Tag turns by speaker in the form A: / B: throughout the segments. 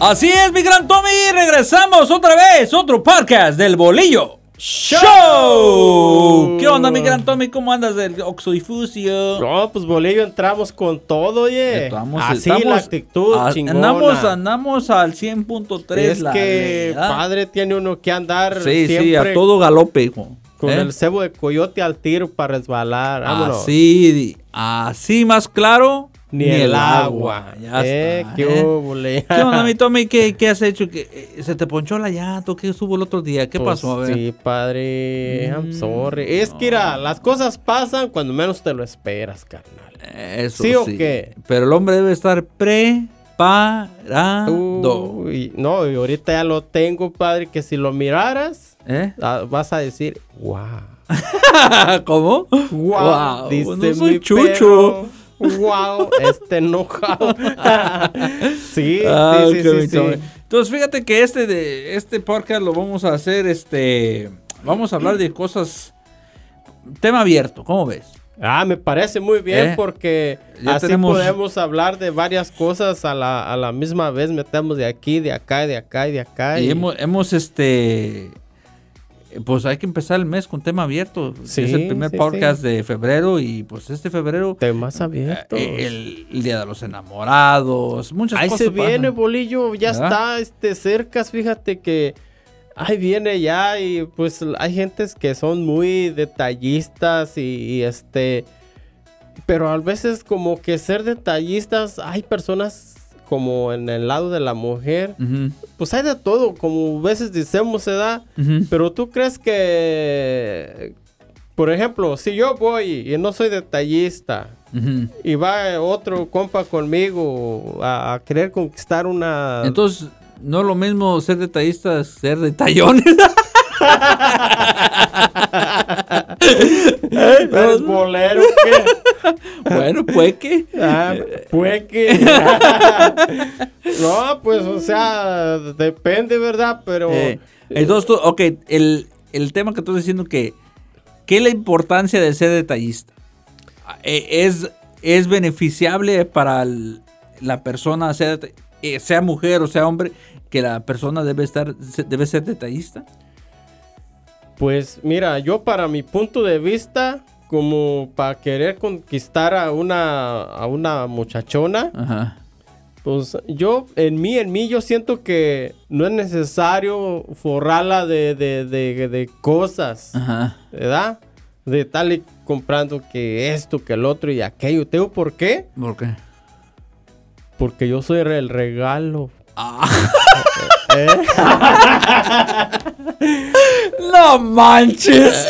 A: Así es, mi gran Tommy. Regresamos otra vez, otro podcast del Bolillo Show. ¿Qué onda, mi gran Tommy? ¿Cómo andas del oxodifusio?
B: No, pues bolillo, entramos con todo, oye.
A: Estamos-
B: Eh, Así
A: estamos-
B: la actitud,
A: a-
B: chingona.
A: andamos, andamos al 100.3.
B: es
A: la
B: que
A: realidad.
B: padre tiene uno que andar
A: Sí, sí,
B: siempre
A: a todo galope, hijo.
B: con
A: ¿Eh? Ah,
B: el cebo de coyote al tiro para resbalar. Vámonos.
A: Así, así más claro,
B: Ni, el agua.
A: Ya
B: eh,
A: está,
B: qué
A: ¿eh?
B: hubo, le.
A: ¿Qué onda, mi Tommy? ¿Qué, qué has hecho? ¿Qué- eh, ¿Se te ponchó la llanta? ¿Qué estuvo el otro día? ¿Qué
B: Pues
A: pasó? A ver. Mm,
B: Sí, padre. I'm sorry. Es
A: no.
B: que, mira, las cosas pasan cuando menos te lo esperas, carnal.
A: Eh, Eso
B: ¿Sí o qué?
A: Pero el hombre debe estar preparado.
B: Uy, no, y ahorita ya lo tengo, padre, que si lo miraras,
A: ¿Eh?
B: ah, vas a decir, wow.
A: ¿Cómo?
B: Guau,
A: Guau,
B: dice
A: no soy
B: mi
A: chucho.
B: perro. Guau, este enojado. sí,
A: Ah, qué
B: sí, sí, sí, sí.
A: bonito. Entonces, fíjate que este de este podcast lo vamos a hacer, este, vamos a hablar de cosas, tema abierto, ¿cómo ves?
B: Ah, me parece muy bien
A: Eh,
B: porque
A: ya
B: así
A: tenemos-
B: podemos hablar de varias cosas a la, a la misma vez. Metemos de aquí, de acá, y de acá y de acá.
A: Y
B: y-
A: hemos, hemos, este, pues hay que empezar el mes con tema abierto.
B: Sí,
A: es el primer
B: sí,
A: podcast de febrero y pues este febrero,
B: Temas
A: eh,
B: abiertos.
A: el, el Día de los Enamorados, muchas
B: Ahí
A: cosas.
B: se viene, pues.
A: pasan.
B: bolillo. Ya
A: ¿Verdad?
B: está este, cerca. Fíjate que ahí viene ya. Y pues hay gentes que son muy detallistas y, y, este. Pero a veces, como que ser detallistas, hay personas como en el lado de la mujer.
A: Ujú,
B: Pues hay de todo, como a veces decimos, se da.
A: ujú.
B: Pero tú crees que. Por ejemplo, si yo voy y no soy detallista,
A: Ujú.
B: y va otro compa conmigo a, a querer conquistar una.
A: Entonces, no es lo mismo ser detallista, ser detallones.
B: ¿Eres bolero qué?
A: bueno, pues que.
B: Ah, pues que. no, pues, o sea, depende, ¿verdad? Pero.
A: Eh, entonces, tú- ok, el, el tema que tú estás diciendo que, ¿qué es la importancia de ser detallista? Eh, ¿Es, es beneficiable para el- la persona, sea, deta- eh, sea mujer o sea hombre, que la persona debe, estar, se- debe ser detallista?
B: Pues, mira, yo, para mi punto de vista, como para querer conquistar a una, a una muchachona,
A: Ajá.
B: pues yo, en mí, en mí, yo siento que no es necesario forrarla de, de, de, de cosas.
A: Ajá.
B: ¿verdad? De tal y comprando que esto, que el otro y aquello. ¿Te digo por qué?
A: ¿Por qué?
B: Porque yo soy re- el regalo.
A: ¡No manches!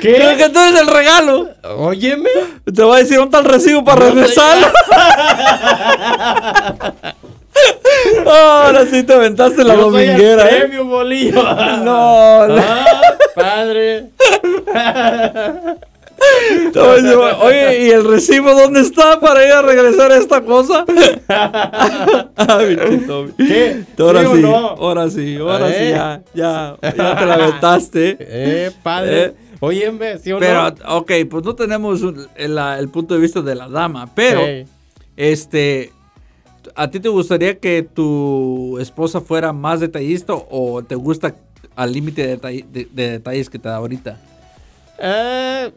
A: Creo que tú eres el regalo.
B: Óyeme.
A: Te voy a decir un tal recibo para regresar. Ahora sí te aventaste la
B: yo soy el
A: dominguera. ¿eh?
B: premio, bolillo.
A: No, no.
B: Ah, padre.
A: Te voy a decir, Oye, ¿y el recibo dónde está para ir a regresar a esta cosa? Ah, pinche Tommy.
B: ¿Qué?
A: Ahora
B: ¿Sí o
A: sí,
B: no?
A: ahora sí, ahora sí,
B: Eh.
A: ya, ya, ya te la aventaste.
B: Eh, padre.
A: Eh.
B: Óyeme, ¿sí o
A: Pero,
B: no?
A: ok, pues no tenemos un- el, el punto de vista de la dama, pero...
B: Ey.
A: Este, ¿a ti te gustaría que tu esposa fuera más detallista o te gusta al límite de, detall- de- de detalles que te da ahorita?
B: Eh,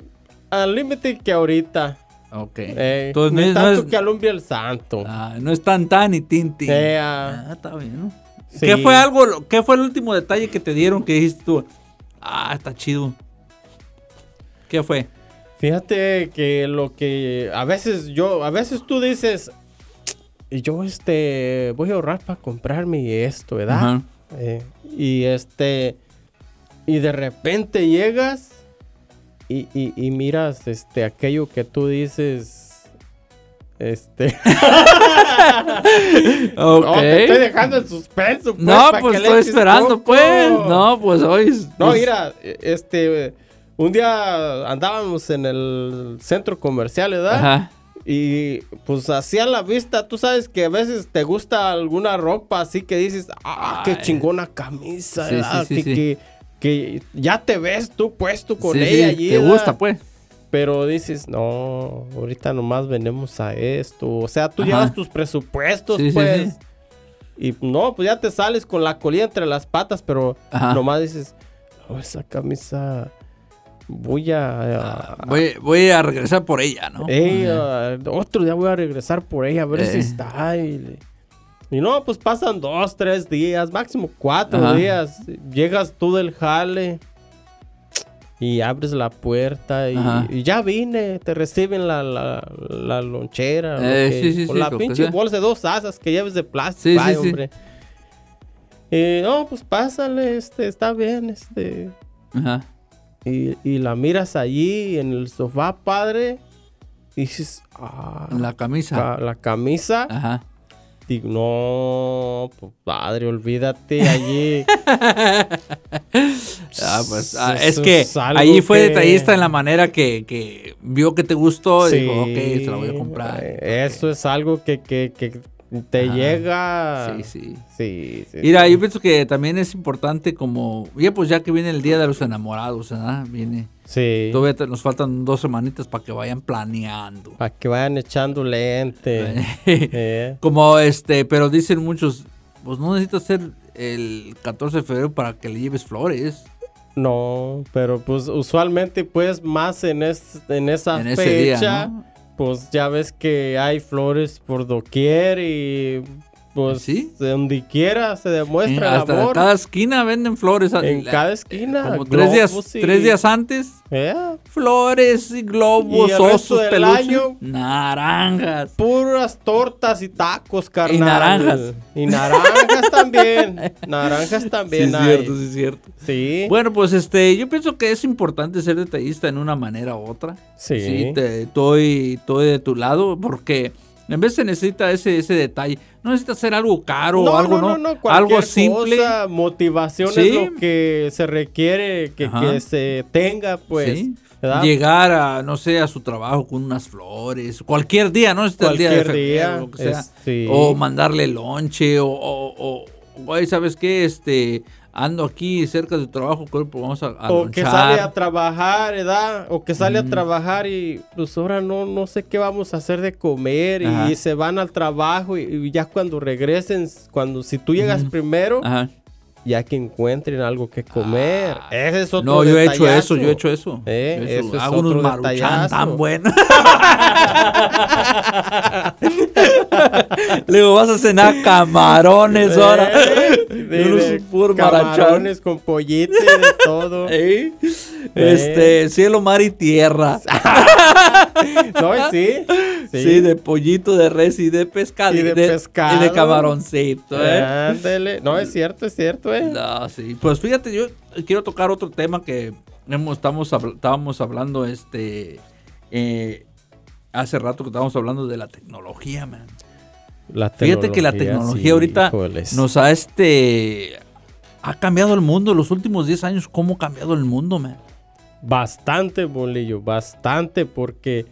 B: al límite que ahorita.
A: Ok.
B: Eh,
A: Entonces, no
B: ni
A: es, no
B: tanto
A: es-
B: que alumbre el santo.
A: ah, no es tan tan y tinti.
B: Eh, ah,
A: Ah, está bien. ¿no?
B: sí.
A: ¿Qué fue algo, lo- qué fue el último detalle que te dieron que dijiste tú? Ah, está chido. ¿Qué fue?
B: Fíjate que lo que a veces yo, a veces tú dices, "Y yo este, voy a ahorrar para comprarme esto, ¿verdad?
A: Ajá.
B: Eh, y este, y de repente llegas y, y- y miras este, aquello que tú dices, este,
A: Ok.
B: no, te estoy dejando en suspenso. pues,
A: No,
B: ¿para
A: pues
B: qué le
A: estoy
B: eches
A: esperando,
B: coco?
A: pues. No, pues hoy. es-
B: No,
A: pues-
B: mira, este, un día andábamos en el centro comercial, ¿verdad?
A: Ajá.
B: Y pues así a la vista, tú sabes que a veces te gusta alguna ropa así que dices, ah, qué
A: Ay.
B: chingona camisa,
A: Sí,
B: ¿verdad?
A: sí, sí,
B: que,
A: sí.
B: que- que ya te ves tú puesto con
A: Sí, sí,
B: ella allí.
A: Te
B: ¿verdad?
A: gusta, pues.
B: Pero dices, no, ahorita nomás venimos a esto. O sea, tú
A: Ajá.
B: llevas tus presupuestos,
A: Sí, sí,
B: pues.
A: sí.
B: Y no, pues ya te sales con la colilla entre las patas, pero
A: Ajá.
B: nomás dices, "Oh, esa camisa voy a... a-
A: Ah, Voy, voy a regresar por ella, ¿no? pues,
B: Ey, ah, otro día voy a regresar por ella a ver si
A: Eh.
B: está. Y, le- y no, pues pasan dos, tres días, máximo cuatro
A: Ajá.
B: días. Llegas tú del jale y abres la puerta y,
A: Ajá.
B: y ya vine. Te reciben la, la, la lonchera o
A: Eh,
B: que-
A: sí, sí,
B: o
A: sí,
B: la
A: lo que
B: pinche
A: sea.
B: bolsa de dos asas que lleves de
A: Sí,
B: plástico.
A: sí,
B: Ay,
A: sí.
B: hombre. Y no, pues pásale, este, está bien, este.
A: Ajá.
B: Y, y la miras allí en el sofá, padre. Y dices, ah,
A: La camisa.
B: ca- la camisa.
A: Ajá.
B: Digo, no, pues, padre, olvídate allí.
A: Ah, pues, ah,
B: Eso
A: es que
B: algo
A: ahí fue
B: que-
A: detallista en la manera que, que vio que te gustó y dijo, ok,
B: Sí,
A: te la voy a comprar.
B: eh, Eso es algo que, que- que te
A: Ajá.
B: llega.
A: Sí, sí.
B: Sí, Ah. sí,
A: Mira,
B: sí.
A: yo pienso que también es importante como, ya pues ya que viene el día de los enamorados, ¿verdad? Viene,
B: Sí.
A: todavía te- nos faltan dos semanitas para que vayan planeando.
B: Para que vayan echando lente. Eh.
A: como este, pero dicen muchos, pues no necesitas ser el 14 de febrero para que le lleves flores.
B: No, pero pues usualmente pues más en, es- en esa
A: En ese día,
B: fecha,
A: ¿no?
B: pues ya ves que hay flores por doquier y pues
A: Sí.
B: de donde quiera se
A: En-
B: demuestra el
A: hasta
B: amor.
A: cada esquina venden flores. ah,
B: en
A: La-
B: cada esquina. pues,
A: como tres
B: globos
A: días,
B: y-
A: tres días antes,
B: Yeah,
A: flores y globos,
B: Y el resto
A: osos,
B: del
A: peluches,
B: año-
A: naranjas.
B: Puras tortas y tacos, carnal.
A: naranjas.
B: Y naranjas también. Naranjas
A: sí,
B: también
A: es
B: hay.
A: cierto, sí, es cierto.
B: Sí.
A: Bueno, pues este, yo pienso que es importante ser detallista en una manera u otra.
B: sí.
A: Sí, te- estoy, estoy de tu lado porque en vez se necesita ese, ese detalle. No necesita hacer algo caro o algo, ¿no? algo
B: cualquier
A: simple.
B: cosa, motivación
A: Sí.
B: es lo que se requiere que,
A: Ajá.
B: que se tenga, pues.
A: sí.
B: ¿verdad?
A: Llegar a, no sé, a su trabajo con unas flores. Cualquier día, ¿no? Necesita el día de
B: Cualquier día,
A: febrero, lo que sea.
B: es- sí.
A: O mandarle lonche o, o, o- güey, ¿sabes qué? Este, ando aquí cerca de tu trabajo, creo que vamos a, a
B: O que
A: lonchar.
B: sale a trabajar, ¿verdad? O que sale
A: Mm.
B: a trabajar y pues ahora no, no sé qué vamos a hacer de comer
A: Ajá.
B: y se van al trabajo y, y ya cuando regresen, cuando si tú llegas
A: Ujú.
B: primero,
A: Ajá.
B: ya que encuentren algo que comer.
A: Ah.
B: Ese es otro
A: No, yo he hecho eso,
B: detallazo.
A: yo he hecho eso.
B: Eh,
A: Yo he hecho-
B: eso es
A: hago
B: otro
A: unos maruchan
B: detallazo.
A: tan buenos. Le digo, vas a cenar camarones ahora.
B: Eh, de-
A: Y unos
B: de
A: puros maruchan.
B: camarones con pollito y de todo.
A: Eh, Este, cielo, mar y tierra.
B: No, y sí.
A: Sí. de pollito, de res y de pescado.
B: Y de pescado.
A: Y de camaroncito, ¿eh?
B: Ah, Ándele. No, es cierto, es cierto, eh.
A: No, sí. Pues fíjate, yo quiero tocar otro tema que hemos, estamos, habl- estábamos hablando este eh, hace rato que estábamos hablando de la tecnología, man.
B: La
A: Fíjate que la tecnología ahorita
B: híjoles.
A: Nos ha este ha cambiado el mundo los últimos 10 años, cómo ha cambiado el mundo, man.
B: Bastante, bolillo, bastante, porque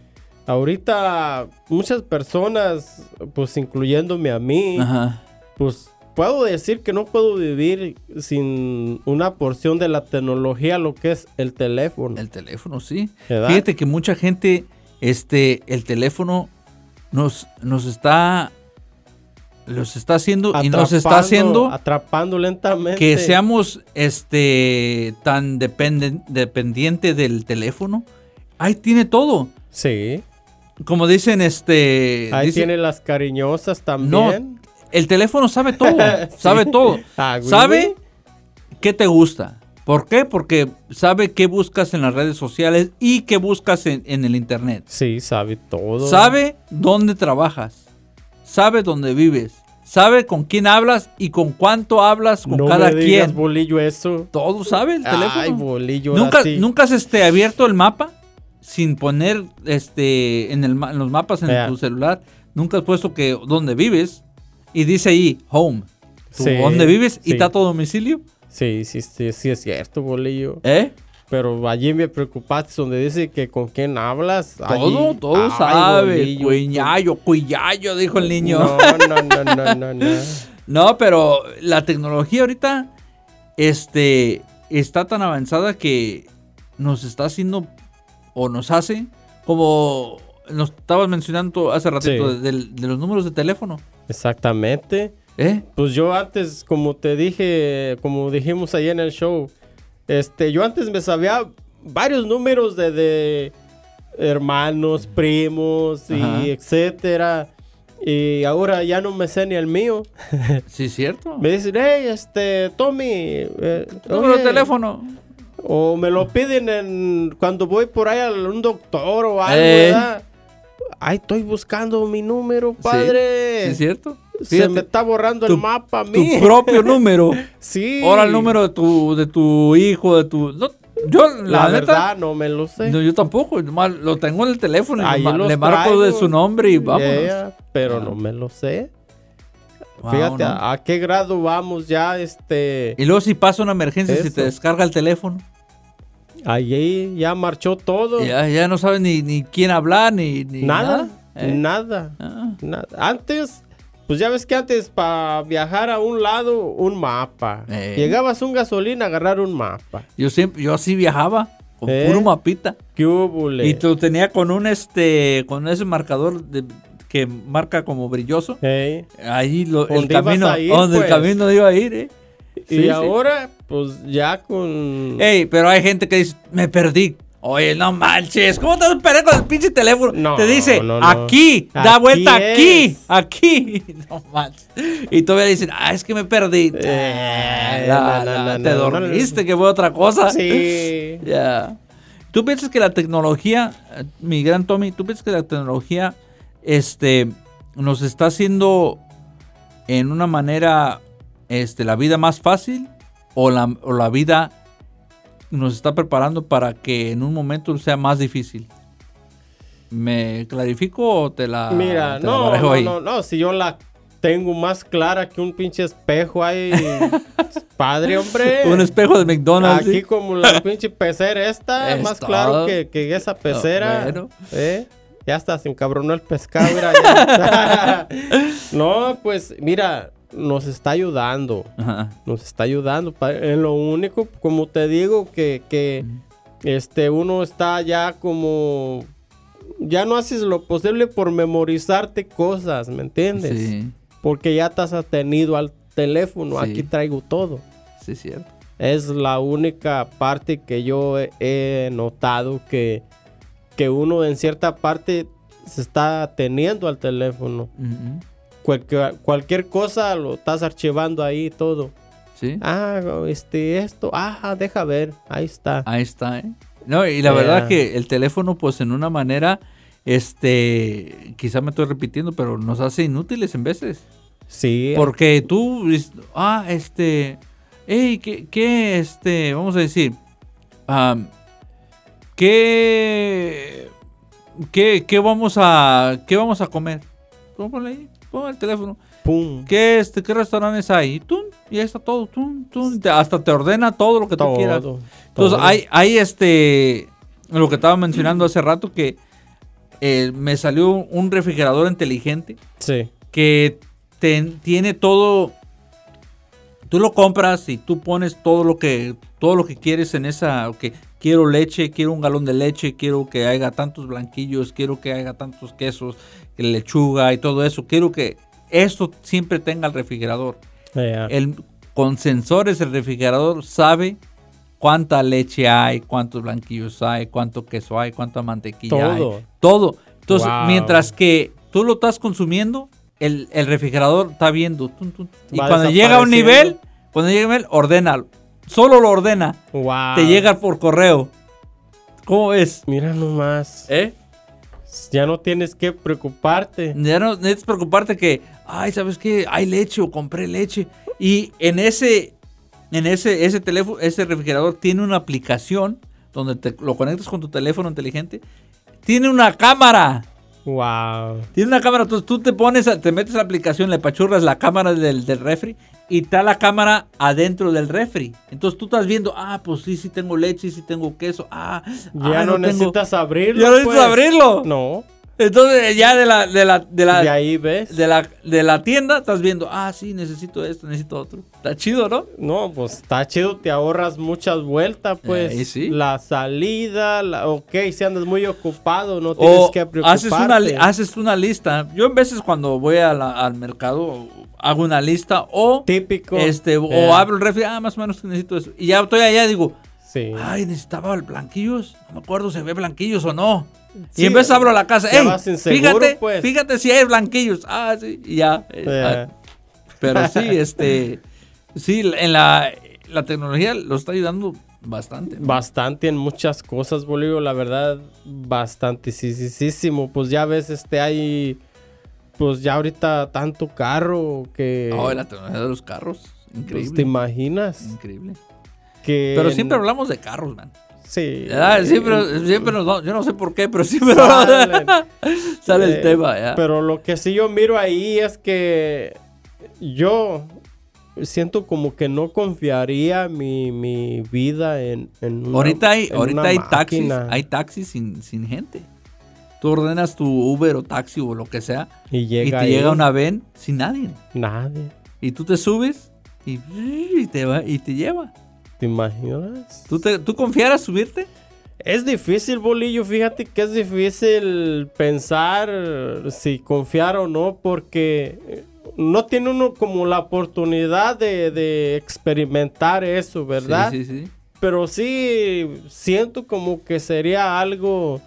B: ahorita muchas personas, pues incluyéndome a mí,
A: Ajá.
B: pues puedo decir que no puedo vivir sin una porción de la tecnología, lo que es el teléfono.
A: El teléfono, sí.
B: ¿verdad?
A: Fíjate que mucha gente, este, el teléfono nos, nos está, los está haciendo y nos está
B: Atrapando-
A: haciendo
B: Atrapando lentamente.
A: que seamos este tan dependen- dependiente del teléfono. Ahí tiene todo.
B: Sí.
A: Como dicen, este.
B: Ahí
A: dice-
B: tiene las cariñosas
A: No,
B: también.
A: el teléfono sabe todo.
B: Sí.
A: Sabe todo.
B: Ah, güey,
A: Sabe
B: güey.
A: qué te gusta. ¿Por qué? Porque sabe qué buscas en las redes sociales y qué buscas en, en el internet.
B: Sí, sabe todo.
A: Sabe dónde trabajas. Sabe dónde vives. Sabe con quién hablas y con cuánto hablas con
B: no
A: cada
B: me digas,
A: quien.
B: bolillo eso.
A: Todo sabe el teléfono.
B: Ay, bolillo. ahora
A: ¿Nunca,
B: sí.
A: ¿Nunca has este, abierto el mapa sin poner este, en, el, ma- en los mapas en
B: Vea.
A: tu celular? ¿Nunca has puesto que dónde vives? Y dice ahí, home. ¿Tú
B: Sí,
A: ¿Dónde vives? ¿Y
B: sí.
A: está tu domicilio?
B: Sí, sí, sí, sí es cierto, bolillo.
A: ¿Eh?
B: Pero allí me preocupaste donde dice que con quién hablas.
A: Todo,
B: allí-
A: todo
B: Ay,
A: sabe.
B: bolillo.
A: Cuiñayo, cuillayo, dijo el niño.
B: No,
A: No.
B: no, no, no, no, no.
A: pero la tecnología ahorita este, está tan avanzada que nos está haciendo o nos hace como nos estabas mencionando hace ratito
B: Sí.
A: de, de los números de teléfono.
B: Exactamente.
A: ¿Eh?
B: Pues yo antes, como te dije, como dijimos ahí en el show, este, yo antes me sabía varios números de, de hermanos, primos y
A: Ajá.
B: etcétera. Y ahora ya no me sé ni el mío.
A: Sí, cierto.
B: Me dicen, hey, este, Tommy. eh,
A: Número de
B: oye".
A: teléfono.
B: O me lo piden en, cuando voy por ahí a un doctor o algo.
A: Eh.
B: ¿verdad? Ay, estoy buscando mi número, padre.
A: Sí, cierto.
B: Se
A: Fíjate,
B: me está borrando
A: tu-
B: el mapa a mí.
A: tu propio número.
B: Sí.
A: Ahora el número de tu, de tu hijo, de tu. no, yo, la,
B: La,
A: neta,
B: verdad, no me lo sé.
A: no, yo tampoco. nomás lo tengo en el teléfono. y
B: Ahí
A: ma-
B: los
A: le marco de
B: traigo.
A: su nombre y vámonos. Ah.
B: Yeah, pero no me lo sé.
A: Wow,
B: Fíjate,
A: ¿no?
B: a, a qué grado vamos ya, este...
A: Y luego si pasa una emergencia, si te
B: Eso.
A: descarga el teléfono,
B: Allí ya marchó todo.
A: ya, ya no sabes ni, ni quién hablar, ni, ni
B: Nada,
A: Eh,
B: nada,
A: ah,
B: nada. Antes, pues ya ves que antes para viajar a un lado, un mapa.
A: Eh.
B: Llegabas a un gasolina a agarrar un mapa.
A: Yo siempre, yo así viajaba, con
B: Eh.
A: puro mapita.
B: ¿Qué hubo, le?
A: Y te lo tenía con un este, con ese marcador de- que marca como brilloso.
B: Ey.
A: Ahí lo, el
B: Eh, ¿Dónde ibas
A: camino,
B: a ir,
A: donde el
B: pues?
A: camino iba a ir, eh. Sí,
B: y
A: sí. Eh,
B: ahora, pues ya con...
A: Ey, pero hay gente que dice, me perdí. Oye, no manches, ¿cómo te vas a perder con el pinche teléfono?
B: No,
A: te dice,
B: no, no.
A: aquí, da
B: Aquí
A: vuelta
B: es.
A: aquí, aquí. No manches. Y todavía dicen, ah, es que me perdí.
B: Eh,
A: La-
B: no, no,
A: la-
B: no,
A: te
B: no, no, no.
A: dormiste, que fue otra cosa.
B: Sí.
A: Ya. ¿Tú piensas que la tecnología, eh, mi gran Tommy, tú piensas que la tecnología este, nos está haciendo en una manera este, la vida más fácil o la, o la vida nos está preparando para que en un momento sea más difícil? ¿Me clarifico o te la,
B: Mira,
A: Ah, te la
B: no,
A: barajo
B: no,
A: ahí?
B: no, no, si yo la tengo más clara que un pinche espejo ahí. Padre, hombre.
A: Un espejo de McDonald's.
B: Aquí
A: ¿sí?
B: como la pinche pecera esta,
A: Es
B: más
A: todo.
B: claro que, que esa pecera.
A: bueno.
B: ¿eh? Ya hasta se encabronó el pescado. mira, ya. no, pues mira, nos está ayudando.
A: Ajá.
B: Nos está ayudando. pa- En lo único, como te digo, que, que este, uno está ya como... Ya no haces lo posible por memorizarte cosas, ¿me entiendes?
A: Sí,
B: Porque ya estás atenido al teléfono.
A: Sí.
B: Aquí traigo todo.
A: sí, es cierto.
B: Es la única parte que yo he- he notado que, que uno en cierta parte se está ateniendo al teléfono.
A: Ujú.
B: Cualquier, cualquier cosa lo estás archivando ahí todo.
A: Sí.
B: Ah, este, esto. Ah, deja ver. Ahí está.
A: Ahí está, ¿eh? No, y la
B: Ya.
A: verdad que el teléfono, pues en una manera, este, quizá me estoy repitiendo, pero nos hace inútiles en veces.
B: Sí.
A: Porque tú, dices, ah, este, hey, ¿qué, qué, este, vamos a decir, am, ¿qué, qué, qué vamos a, qué vamos a comer? Tú ponle ahí, pon el teléfono.
B: Pum.
A: ¿Qué, este, qué restaurantes hay? Tun, y ahí está todo, tun, tun, te- hasta te ordena todo lo que tú quieras.
B: Todo,
A: Entonces,
B: todo.
A: hay, hay este. Lo que estaba mencionando hace rato, que eh, me salió un refrigerador inteligente
B: Sí.
A: que te- tiene todo. Tú lo compras y tú pones todo lo que todo lo que quieres en esa. Que quiero leche, quiero un galón de leche, quiero que haya tantos blanquillos, quiero que haya tantos quesos, lechuga y todo eso. Quiero que esto siempre tenga el refrigerador.
B: Ya.
A: El, con sensores el refrigerador sabe cuánta leche hay, cuántos blanquillos hay, cuánto queso hay, cuánta mantequilla
B: Todo.
A: hay. Todo. Entonces,
B: Wow.
A: mientras que tú lo estás consumiendo, el, el refrigerador está viendo. tun, tun, tun. y
B: Va
A: cuando llega a un
B: desapareciendo.
A: nivel, cuando llega a un nivel, ordénalo. Solo lo ordena.
B: Wow.
A: Te llega por correo. ¿Cómo es?
B: Mira nomás.
A: ¿Eh?
B: Ya no tienes que preocuparte.
A: Ya no necesitas preocuparte que, ay, ¿sabes qué? Hay leche o compré leche. Y en ese, en ese, ese teléfono, ese refrigerador tiene una aplicación donde te, lo conectas con tu teléfono inteligente. Tiene una cámara.
B: Wow.
A: Tiene una cámara. Entonces tú te pones, a- te metes a la aplicación, le pachurras la cámara del, del refri y está la cámara adentro del refri. Entonces tú estás viendo, ah, pues sí, sí tengo leche, sí tengo queso. Ah,
B: Ya
A: ah,
B: no,
A: tengo-
B: necesitas abrirlo.
A: Ya no necesitas
B: pues.
A: abrirlo.
B: No.
A: Entonces ya de la, de la, de la,
B: de ahí ves.
A: de la, de la tienda estás viendo, ah, sí, necesito esto, necesito otro. Está chido, ¿no?
B: No, pues está chido, te ahorras muchas vueltas, pues.
A: Eh, sí.
B: La salida, la... ok, si andas muy ocupado, no tienes
A: O
B: que preocuparte.
A: haces una, li- haces una lista. Yo en veces cuando voy a la- al mercado hago una lista o,
B: Típico.
A: este, o
B: Eh,
A: abro el refri, ah, más o menos que necesito eso. Y ya estoy allá y digo,
B: Sí.
A: ay, necesitaba el blanquillos. No me acuerdo si ve blanquillos o no.
B: Sí,
A: y en vez abro la casa,
B: ya
A: "Ey,
B: vas inseguro,
A: fíjate,
B: pues".
A: fíjate si hay blanquillos. Ah, sí, y ya. eh,
B: Eh,
A: ah, Pero sí, este, sí, en la, la tecnología lo está ayudando bastante. ¿no?
B: Bastante en muchas cosas, Bolivio, la verdad, bastante, sí, sí, sí, sí, mo, Pues ya ves, este, hay, pues ya ahorita tanto carro que...
A: Oh, la tecnología de los carros,
B: pues,
A: increíble.
B: ¿Te imaginas?
A: Increíble.
B: Que
A: Pero siempre
B: en-
A: hablamos de carros, man.
B: Sí. Eh,
A: ¿Verdad? Siempre, siempre nos vamos- Yo no sé por qué, pero siempre sale,
B: Salen.
A: el
B: Eh,
A: tema, ¿ya?
B: Pero lo que sí yo miro ahí es que yo siento como que no confiaría mi, mi vida en, en una-
A: ahorita hay,
B: pues, en
A: ahorita
B: una
A: hay taxis.
B: máquina.
A: Hay taxis sin, sin gente. Tú ordenas tu Uber o taxi o lo que sea.
B: y llega,
A: y te
B: ahí
A: llega una VEN sin nadie.
B: nadie.
A: Y tú te subes y, y te va y te lleva.
B: ¿Te imaginas?
A: ¿Tú, te, ¿Tú confiaras subirte?
B: Es difícil, bolillo. Fíjate que es difícil pensar si confiar o no, porque eh, no tiene uno como la oportunidad de, de experimentar eso, ¿verdad?
A: Sí, sí, sí.
B: Pero sí siento como que sería algo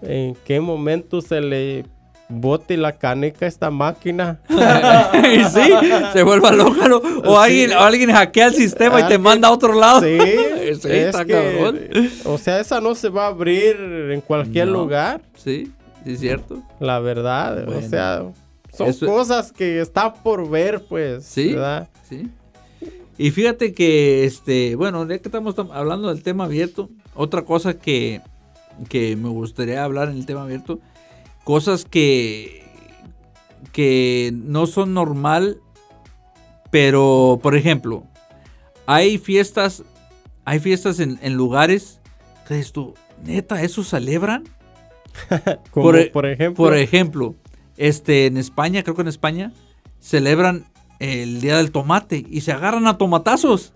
B: en qué momento se le bote la canica a esta máquina.
A: Y sí, se vuelva loca. ¿no? O,
B: Sí.
A: alguien, o alguien hackea el sistema y te
B: Alguien-
A: manda a otro lado.
B: Sí,
A: Ah, Sí,
B: es
A: está
B: que,
A: cabrón.
B: O sea, esa no se va a abrir en cualquier
A: No.
B: lugar,
A: Sí, sí, es cierto.
B: la verdad. O
A: Bueno.
B: sea, son
A: Eso-
B: cosas que están por ver, pues.
A: Sí.
B: ¿verdad?
A: Sí. Y fíjate que, este, bueno, ya que estamos tam- hablando del tema abierto, otra cosa que, que me gustaría hablar en el tema abierto, cosas que, que no son normal, pero, por ejemplo, hay fiestas, hay fiestas en, en lugares, ¿crees tú? Neta, ¿eso celebran?
B: Como
A: Por
B: por,
A: e-
B: ejemplo,
A: Por ejemplo, este, en España, creo que en España, celebran el Día del Tomate y se agarran a tomatazos.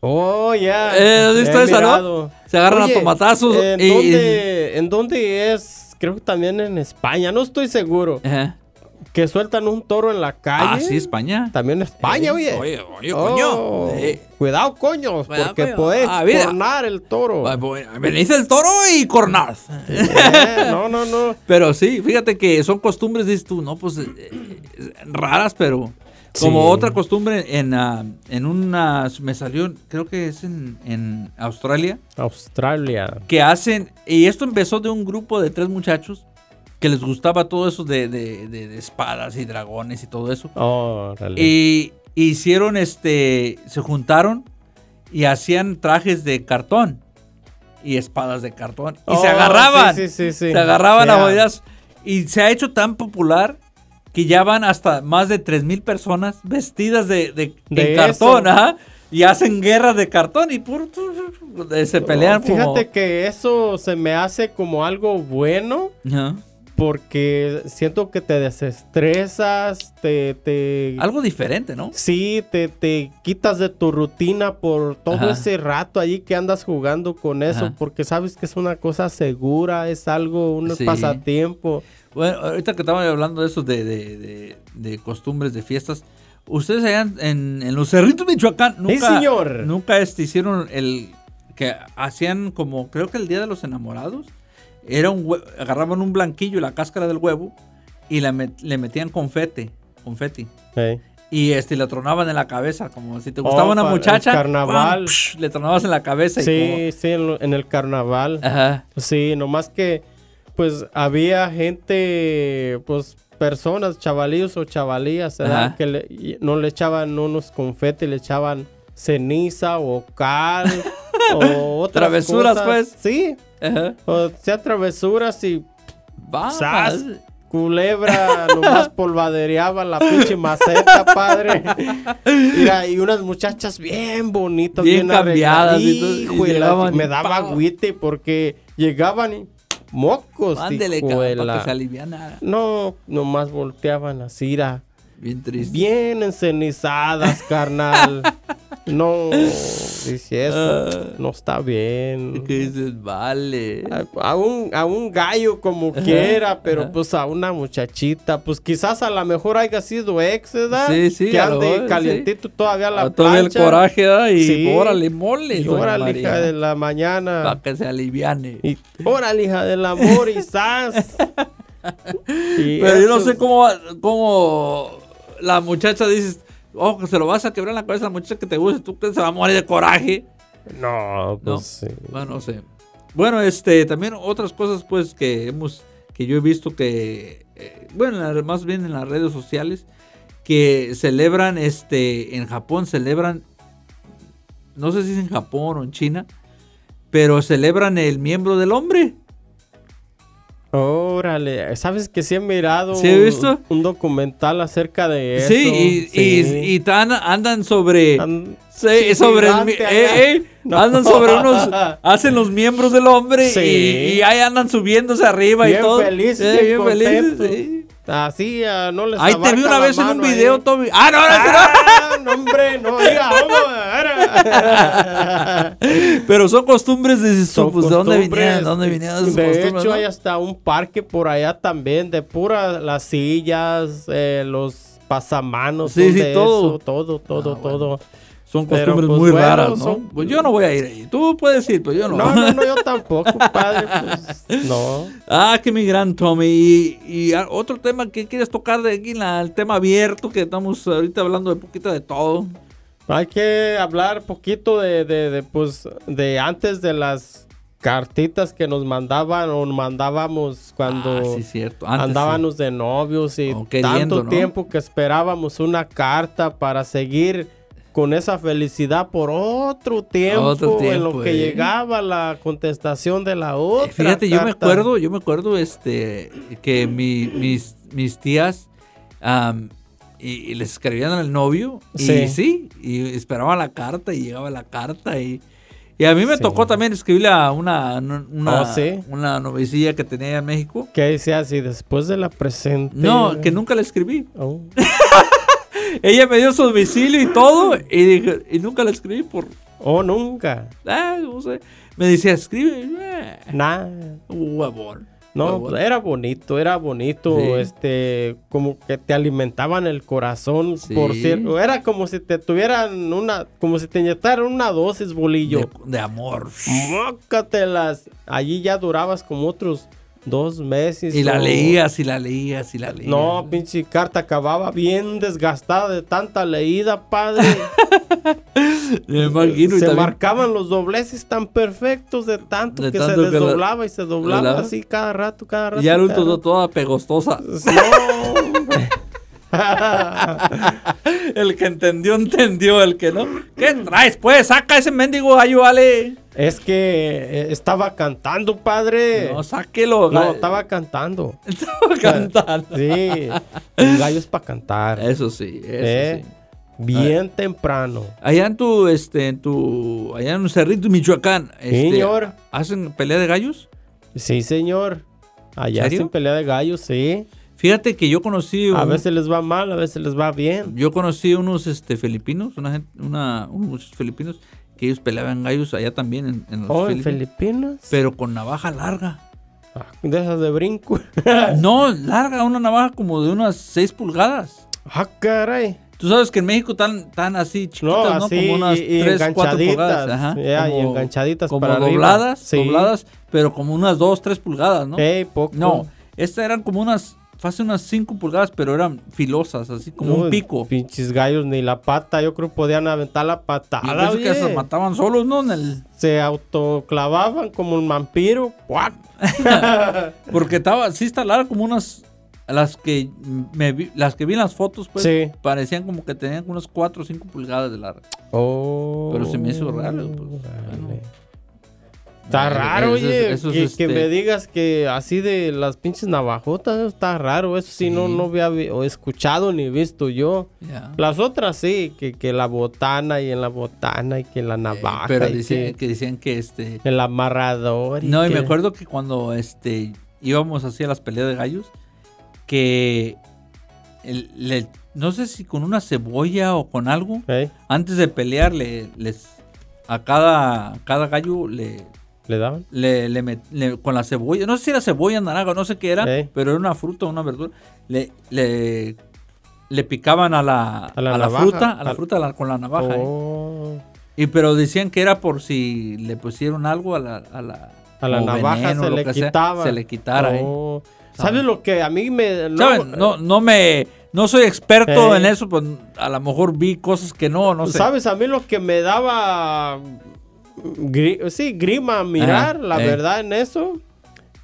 B: oh, ya.
A: Eh, ¿has
B: he
A: visto esa, no?
B: mirado.
A: Se agarran
B: Oye,
A: a tomatazos.
B: ¿En,
A: y-
B: dónde, ¿En dónde es? Creo que también en España, no estoy seguro.
A: Ajá.
B: Que sueltan un toro en la calle.
A: Ah, sí, España.
B: También en España,
A: Eh,
B: oye.
A: Oye, oye,
B: Oh,
A: coño. Eh,
B: Cuidado, coño,
A: Cuidado,
B: porque
A: coño.
B: puedes
A: Ah, mira. Ah,
B: tornar el toro.
A: va, bueno, me le hice el toro y cornar.
B: Eh, no, no, no.
A: Pero sí, fíjate que son costumbres, dices tú, ¿no? Pues eh, eh, raras, pero como
B: Sí.
A: otra costumbre en, ah, en una... Me salió, creo que es en, en Australia.
B: Australia.
A: que hacen, y esto empezó de un grupo de tres muchachos que les gustaba todo eso de, de- de- de espadas y dragones y todo eso.
B: Órale.
A: Y hicieron este, se juntaron y hacían trajes de cartón y espadas de cartón. Y se
B: Oh,
A: agarraban,
B: sí, sí, sí, sí.
A: se agarraban a
B: Ya.
A: jodidas. Y se ha hecho tan popular que ya van hasta más de 3.000 personas vestidas de, de-
B: De
A: en cartón,
B: eso.
A: ajá, Y hacen guerras de cartón y puro- se pelean.
B: Fíjate
A: como-
B: que eso se me hace como algo bueno.
A: Ajá.
B: Porque siento que te desestresas, te, te
A: Algo diferente, ¿no?
B: Sí, te, te quitas de tu rutina por todo
A: Ajá.
B: ese rato allí que andas jugando con eso,
A: Ajá.
B: porque sabes que es una cosa segura, es algo, un
A: Sí.
B: pasatiempo.
A: Bueno, ahorita que estamos hablando de eso, de, de- de- de costumbres, de fiestas. Ustedes allá en- en, en los Cerritos, Michoacán, nunca,
B: señor.
A: nunca este, hicieron el que hacían como, creo que el Día de los Enamorados, era un hue- agarraban un blanquillo, la cáscara del huevo, y la met- le metían confete, confeti.
B: Ey.
A: Y este, le tronaban en la cabeza, como si te gustaba
B: Oh,
A: una
B: para el
A: muchacha. ¡pam!
B: carnaval.
A: ¡Psh! le tronabas en la cabeza.
B: Sí,
A: y
B: sí, en, lo- en el carnaval.
A: como- ajá.
B: Sí, nomás que pues había gente, pues personas, chavalillos o chavalías, ¿verdad?
A: Ajá.
B: que le- y no le echaban unos confetes, le echaban ceniza o cal o otras
A: Travesuras,
B: cosas.
A: pues.
B: Sí,
A: ajá.
B: o sea, travesuras y
A: Vamos.
B: ¡Sas! Culebra, nomás polvadereaba la pinche maceta, padre. Mira, y unas muchachas bien bonitas,
A: Bien
B: bien,
A: cambiadas y todo, y
B: arregladitas. Hijo de la-
A: llegaban y
B: me daba
A: pa.
B: agüite porque llegaban y Mocos,
A: Ándele,
B: hijo de
A: cabrón, para
B: la-
A: que se alivianara.
B: No, nomás volteaban así, era
A: Bien triste.
B: bien encenizadas, carnal. No, dice eso, no está bien.
A: ¿Qué dices? Vale.
B: A, a un, a un gallo como quiera, pero pues a una muchachita, pues quizás a lo mejor haya sido ex, ¿verdad?
A: Sí, sí,
B: que
A: a lo
B: ande
A: mejor,
B: calientito todavía la
A: Ah, todavía el
B: plancha.
A: coraje, ¿verdad? Y
B: Sí.
A: órale, mole.
B: Y órale, hija de la mañana.
A: Para que se aliviane.
B: Y órale, hija del amor, y sas. Y
A: Pero yo no
B: eso-
A: sé cómo, va- cómo la muchacha dices, oh, que se lo vas a quebrar en la cabeza a la muchacha que te gusta, tú crees que se va a morir de coraje.
B: No, pues
A: No.
B: sí.
A: Bueno, Ah, no sé. Bueno, este, también otras cosas, pues, que hemos, que yo he visto que, eh, bueno, en la- más bien en las redes sociales, que celebran, este, en Japón celebran, no sé si es en Japón o en China, pero celebran el miembro del hombre.
B: Órale, sabes que sí he mirado
A: ¿Sí he
B: un-
A: visto?
B: un documental acerca de eso.
A: sí, y, y- y, tan, andan sobre...
B: An-
A: Sí, sobre el mi-
B: Gigante allá.
A: eh, eh, andan sobre unos hacen los miembros del hombre
B: Sí.
A: y, y ahí andan subiéndose arriba
B: Bien
A: y todo
B: felices,
A: Eh,
B: bien contentos.
A: sí.
B: Así, ah, no les
A: ahí te vi
B: abarca
A: una
B: la
A: vez en un
B: mano ahí.
A: video Toby ah no, no, ese no.
B: Ah, no, hombre, no diga, vamos, ahora.
A: pero son costumbres de,
B: Ah. Son
A: pues, ¿de dónde
B: costumbres.
A: vinieron ¿De dónde vinieron esas
B: De
A: costumbres,
B: hecho,
A: no?
B: hay hasta un parque por allá también de puras las sillas, eh, los pasamanos,
A: Sí,
B: son
A: sí,
B: de
A: todo.
B: eso, todo, todo,
A: Ah, bueno.
B: todo.
A: son
B: pero,
A: costumbres
B: pues,
A: muy
B: bueno,
A: raras no
B: son-
A: pues yo no voy a ir ahí tú puedes ir pero yo no,
B: No, no, no, yo tampoco, padre. pues, no.
A: Ah, que mi gran Tommy. Y, y a- otro tema que quieres tocar de aquí, la- el tema abierto, que estamos ahorita hablando de poquito de todo.
B: Hay que hablar poquito de, de, de, pues, de antes de las cartitas que nos mandaban o mandábamos cuando
A: Ah, sí, cierto. Antes,
B: andábamos de novios y
A: O queriendo,
B: tanto
A: ¿no?
B: tiempo que esperábamos una carta para seguir con esa felicidad por otro tiempo,
A: Otro
B: en
A: tiempo,
B: lo que
A: eh.
B: llegaba la contestación de la
A: sí.
B: otra.
A: Fíjate, yo me
B: carta.
A: acuerdo, yo me acuerdo este, que mi- mis, mis tías am, y, y les escribían al novio. Y sí.
B: Sí.
A: y esperaban la carta y llegaba la carta. Y, y a mí me
B: Sí.
A: tocó también escribirle a una, una,
B: Oh, sí.
A: una novicilla que tenía allá en México.
B: ¿Qué decías? Y después de la presente.
A: No, que nunca le escribí.
B: Oh.
A: Ella me dio su domicilio y todo, y dije, y nunca la escribí por.
B: Oh, nunca.
A: Ah, no sé. Me decía, escribe. eh,
B: Nada.
A: Huevón.
B: No,
A: huevón.
B: pues, era bonito, era bonito,
A: Sí.
B: este, como que te alimentaban el corazón,
A: Sí.
B: por cierto, era como si te tuvieran una, como si te inyectaran una dosis, bolillo,
A: De, de amor.
B: mócatelas, allí ya durabas como otros dos meses.
A: Y la
B: o-
A: leías, y la leías, y la leías.
B: No, pinche carta acababa bien desgastada de tanta leída, padre.
A: Me imagino. y
B: se
A: también-
B: marcaban los dobleces tan perfectos de tanto
A: De
B: que
A: tanto que
B: se
A: la-
B: desdoblaba y se doblaba
A: ¿Doblaba?
B: así cada rato, cada rato.
A: y ya al
B: cada
A: último
B: rato. Pues
A: toda pegostosa. El que entendió, entendió. El que no. ¿Qué traes? Pues saca ese mendigo gallo, vale.
B: es que eh, estaba cantando, padre.
A: No,
B: No,
A: sáquelo. gallo.
B: estaba cantando.
A: Estaba cantando.
B: Sí, el gallo es para cantar.
A: Eso sí, eso
B: ¿eh?
A: sí.
B: Bien temprano.
A: Allá en tu, este, en tu, allá en Cerrito, Michoacán, este,
B: Señor.
A: ¿hacen pelea de gallos?
B: Sí, señor. Allá
A: ¿Serio?
B: sin pelea de gallos, sí.
A: Fíjate que yo conocí,
B: A
A: un-
B: veces les va mal, a veces les va bien.
A: yo conocí unos, este, filipinos, una gente, una, unos muchos filipinos que ellos peleaban gallos allá también en, en las
B: Oh, en
A: Filipinas,
B: Filipinas.
A: pero con navaja larga.
B: Ah, De esas de brinco.
A: No, larga, una navaja como de unas 6 pulgadas.
B: ah, caray.
A: Tú sabes que en México tan, tan así
B: No,
A: chiquitas, ¿no?
B: así
A: como unas
B: y,
A: 3,
B: y
A: 4
B: enganchaditas.
A: pulgadas. Ajá,
B: ya, y
A: como-
B: enganchaditas
A: como
B: para arriba.
A: dobladas,
B: Sí.
A: dobladas, pero como unas 2, 3 pulgadas, ¿no?
B: Ey, poco.
A: No, estas eran como unas, hace unas 5 pulgadas, pero eran filosas, así como
B: No,
A: un pico.
B: Pinches gallos, ni la pata. Yo creo que podían aventar la
A: Y
B: patada.
A: parece que
B: oye.
A: se mataban solos, ¿no? En el-
B: Se autoclavaban como un vampiro. ¡Guac!
A: porque estaba, sí está larga, como unas, las que me vi, las que vi en las fotos, pues,
B: Sí.
A: parecían como que tenían como unas 4 o 5 pulgadas de larga.
B: Oh.
A: Pero se me hizo raro, pues,
B: Órale.
A: bueno.
B: Está
A: Eh,
B: raro,
A: eso es-
B: oye,
A: eso es,
B: que,
A: este,
B: que me digas que así de las pinches navajotas, eso está raro, eso sí, no,
A: Sí.
B: no había vi- o escuchado ni visto yo.
A: ya. Eh,
B: Las otras sí, que, que la botana y en la botana y que la
A: Eh,
B: navaja
A: pero
B: y
A: decían que,
B: que
A: decían que este.
B: el amarrador.
A: No, y
B: que-
A: me acuerdo que cuando este íbamos así a las peleas de gallos, que el- le- no sé si con una cebolla o con algo,
B: Ey,
A: antes de pelear le- les a cada, a cada gallo le,
B: ¿Le daban?
A: le- le met- le- con la cebolla, no sé si era cebolla, naranja, no sé qué era,
B: Ey.
A: pero era una fruta, una verdura, le, le, le picaban a la,
B: A la
A: a la
B: navaja,
A: fruta, a la
B: al-
A: fruta la- con la navaja. ¿eh?
B: Oh,
A: Y pero decían que era por si le pusieron algo a la, a la,
B: A la
A: o
B: navaja se
A: o lo
B: le
A: que sea,
B: quitaba.
A: se le quitara. ¿eh?
B: oh.
A: ¿Saben?
B: ¿Sabes lo que a mí me... luego-
A: ¿Saben? No, no me, no soy experto
B: Eh.
A: en eso, pues a lo mejor vi cosas que no, no sé.
B: ¿Sabes? A mí lo que me daba. gri- sí, grima mirar,
A: Ajá,
B: la
A: eh.
B: verdad, en eso.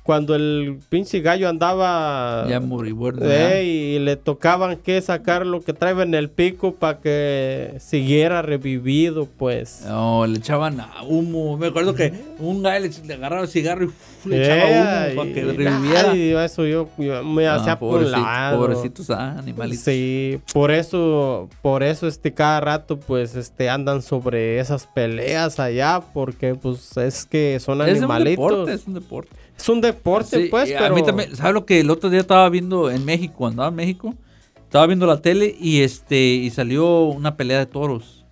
B: Cuando el pinche gallo andaba.
A: Ya moribundo. ya.
B: eh, y le tocaban que sacar lo que traía en el pico para que siguiera revivido, pues.
A: No, le echaban a humo. Me acuerdo que un gallo le, le agarraba el cigarro y uf, le echaba
B: Eh,
A: humo para que
B: y-
A: reviviera.
B: ay, eso yo, yo me
A: Ah,
B: hacía por un
A: pobrecito-
B: lado.
A: pobrecitos ah, animalitos.
B: Sí, por eso, por eso, este, cada rato, pues, este, andan sobre esas peleas allá, porque, pues, es que son
A: Es un
B: animalitos.
A: deporte, es un deporte.
B: Es un deporte,
A: Sí,
B: pues,
A: y
B: pero...
A: A mí también, ¿sabes lo que el otro día estaba viendo en México? Andaba en México, estaba viendo la tele y este y salió una pelea de toros.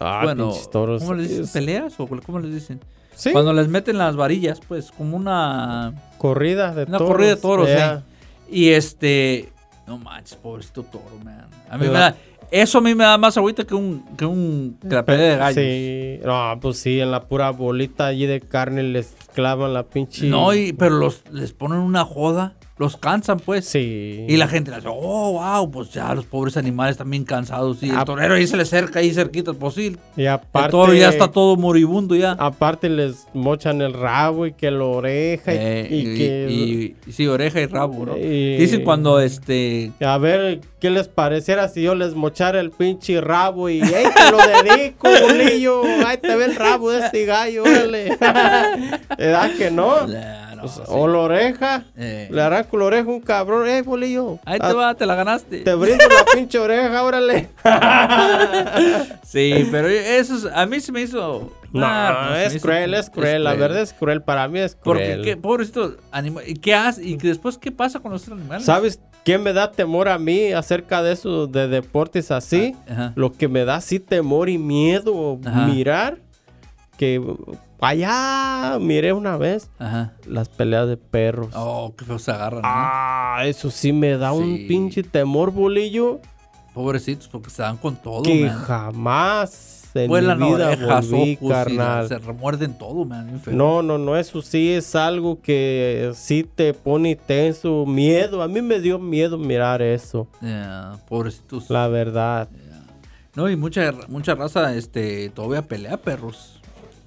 B: Ah,
A: bueno,
B: pinches toros.
A: ¿cómo les dicen?
B: Es-
A: ¿Peleas o cómo les dicen?
B: Sí,
A: Cuando les meten las varillas, pues como una...
B: corridas de
A: Una
B: toros.
A: corrida de toros, eh,
B: ya.
A: Y este... No manches, pobrecito toro, man. A mí me
B: ¿Verdad?
A: da- eso a mí me da más agüita que un... Que, un, que la pelea de gallos.
B: Mm. Sí, no, pues sí, en la pura bolita allí de carne les clavan la pinche...
A: No, y, pero los, les ponen una joda. Los cansan, pues.
B: Sí.
A: Y la gente le hace, oh, wow, pues ya los pobres animales están bien cansados. Y el
B: Ah.
A: torero ahí se le cerca, ahí cerquita, pues sí.
B: Y
A: El
B: aparte...
A: toro ya está todo moribundo ya.
B: Aparte les mochan el rabo y que la oreja y-
A: Eh,
B: y,
A: y,
B: que...
A: y- y- sí, oreja y rabo, ¿no?
B: Eh.
A: Dicen cuando este.
B: A ver, ¿qué les pareciera si yo les mochara el pinche rabo y ¡Ey, te lo dedico, bolillo! ¡Ay, te ve el rabo de este gallo, órale! ¿Edad que no?
A: Nah, no,
B: Pues,
A: sí.
B: O la oreja.
A: Eh,
B: Le arranco la oreja a un cabrón. ¡Ey, bolillo!
A: Ahí
B: ah,
A: te va, te la ganaste.
B: Te brindo la pinche oreja, órale.
A: Sí, pero eso es- a mí se me hizo.
B: No,
A: nah, no, se me
B: es
A: hizo-
B: cruel, es cruel. La verdad es cruel. Para mí es
A: Porque,
B: cruel.
A: ¿qué, pobrecito animal. ¿Y qué hace? ¿Y después qué pasa con los otros animales?
B: ¿Sabes qué me da temor a mí acerca de eso, de deportes así?
A: Ajá.
B: Lo que me da sí temor y miedo
A: Ajá.
B: mirar que allá miré una vez
A: Ajá.
B: las peleas de perros.
A: Oh, qué feo se agarran. ¿no?
B: Ah, eso sí me da
A: Sí.
B: un pinche temor, bolillo,
A: Pobrecitos, porque se dan con todo,
B: que
A: man.
B: jamás en
A: Vuelan
B: mi vida
A: orejas, ojos,
B: volví,
A: y
B: carnal.
A: se remuerden todo, man. bien feo.
B: No, no, no, eso sí es algo que sí te pone tenso, miedo. A mí me dio miedo mirar eso,
A: Ya, pobrecitos.
B: la verdad.
A: Ya. No, y mucha, mucha raza este, todavía pelea perros.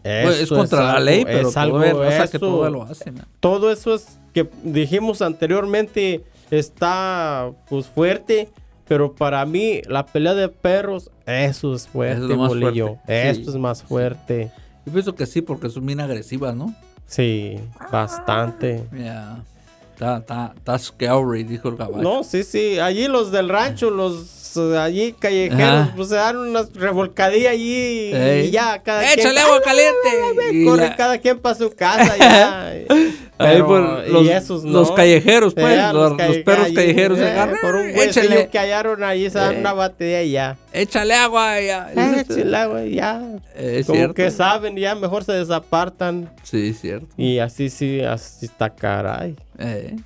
A: Pues, es
B: Eso
A: contra la
B: algo-
A: ley, pero
B: es algo
A: todavía hay raza que
B: eso.
A: todavía lo hace, man.
B: todo eso es que dijimos anteriormente está pues fuerte, pero para mí la pelea de perros eso es fuerte,
A: Eso es lo más
B: bolillo.
A: fuerte.
B: Esto
A: Sí,
B: es más fuerte.
A: Yo pienso que sí, porque son bien agresivas, ¿no?
B: Sí, bastante.
A: Ya. Está, está, está scary, dijo el caballo.
B: No, sí, sí, allí los del rancho, los eh, allí callejeros,
A: Ajá.
B: pues se dan unas revolcadillas allí
A: Ey.
B: y ya cada
A: ¡Échale
B: quien
A: agua caliente! Y
B: corre
A: la-
B: cada quien para su casa ya.
A: Ahí
B: Pero,
A: por los,
B: y esos no.
A: los callejeros,
B: Eh,
A: pues,
B: a
A: los, los
B: calle-
A: perros
B: allí,
A: callejeros. se
B: eh,
A: agarran,
B: Por un
A: échale,
B: huesillo que hallaron ahí, se dan
A: Eh.
B: una batería y ya.
A: échale agua. Ya.
B: Eh, chila, güey, ya.
A: Eh, es
B: Como
A: cierto.
B: que saben, ya mejor se desapartan.
A: Sí, es cierto.
B: Y así sí, así está caray.
A: Eh,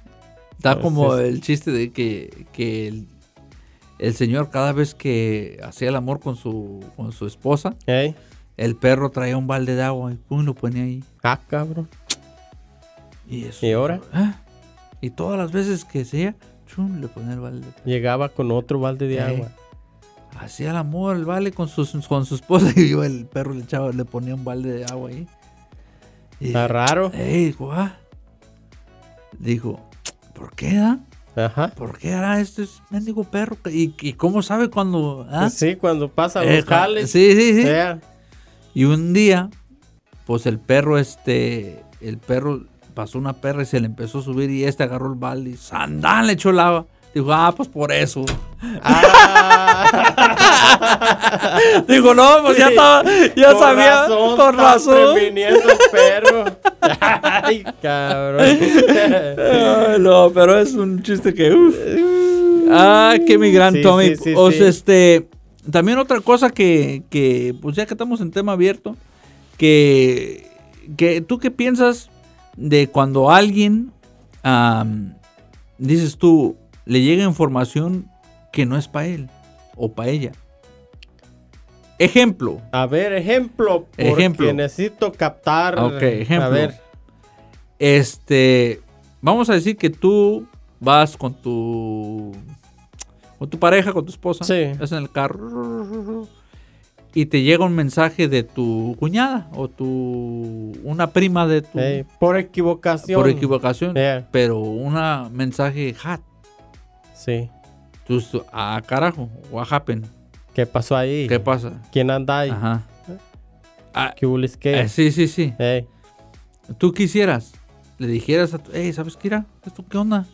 A: Está
B: Pues
A: como
B: es-
A: el chiste de que, que el, el señor cada vez que hacía el amor con su, con su esposa,
B: ¿Eh?
A: el perro traía un balde de agua y pum, lo ponía ahí.
B: Ah, cabrón.
A: ¿Y, eso,
B: ¿Y ahora?
A: ¿Ah? Y todas las veces que sea, chum, le ponía el balde.
B: Llegaba con otro balde de
A: Eh.
B: agua.
A: Hacía el amor, el vale, con, sus, con su esposa y yo, el perro le echaba, le ponía un balde de agua ahí. Y
B: Está
A: dije,
B: raro.
A: "Ey, dijo, "Ah". Dijo, ¿por qué, da?
B: Ajá.
A: ¿Por qué hará este mendigo perro? ¿Y, y cómo sabe
B: Pues,
A: cuando.? ah?
B: Sí, cuando pasa
A: Eh,
B: los jales.
A: Sí, sí, sí.
B: eh,
A: Y un día, pues el perro, este, el perro pasó una perra y se le empezó a subir y este agarró el balde y sandán le echó lava. Dijo, ah, pues por eso.
B: ah,
A: Digo, no, pues ya estaba, ya
B: Con
A: sabía,
B: razón,
A: con
B: estaba
A: razón.
B: previniendo el perro. Ay, cabrón.
A: Ay, no, pero es un chiste que. uf. Ah, que mi gran
B: Sí,
A: Tommy.
B: sí, sí,
A: O sea,
B: sí.
A: este. También otra cosa que, que, Pues ya que estamos en tema abierto. Que. que ¿Tú qué piensas de cuando alguien. am, dices tú. Le llega información que no es para él. O para ella. Ejemplo.
B: A ver, ejemplo. Porque
A: Ejemplo. Ah,
B: necesito captar.
A: Ok, ejemplo.
B: A ver.
A: Este, vamos a decir que tú vas con tu con tu pareja, con tu esposa,
B: Sí.
A: estás en el carro y te llega un mensaje de tu cuñada o tu una prima de tu
B: Ey, por equivocación.
A: por equivocación,
B: Eh,
A: pero una mensaje hat.
B: sí.
A: Tú, tú, ah, carajo, what happened?
B: ¿Qué pasó ahí?
A: ¿Qué pasa?
B: ¿Quién anda ahí?
A: Ajá. Ah,
B: ¿Qué hubo, es qué?
A: eh, sí, sí, sí.
B: Ey,
A: Tú quisieras le dijeras a tu, "Ey, ¿sabes qué? era? ¿Esto qué onda?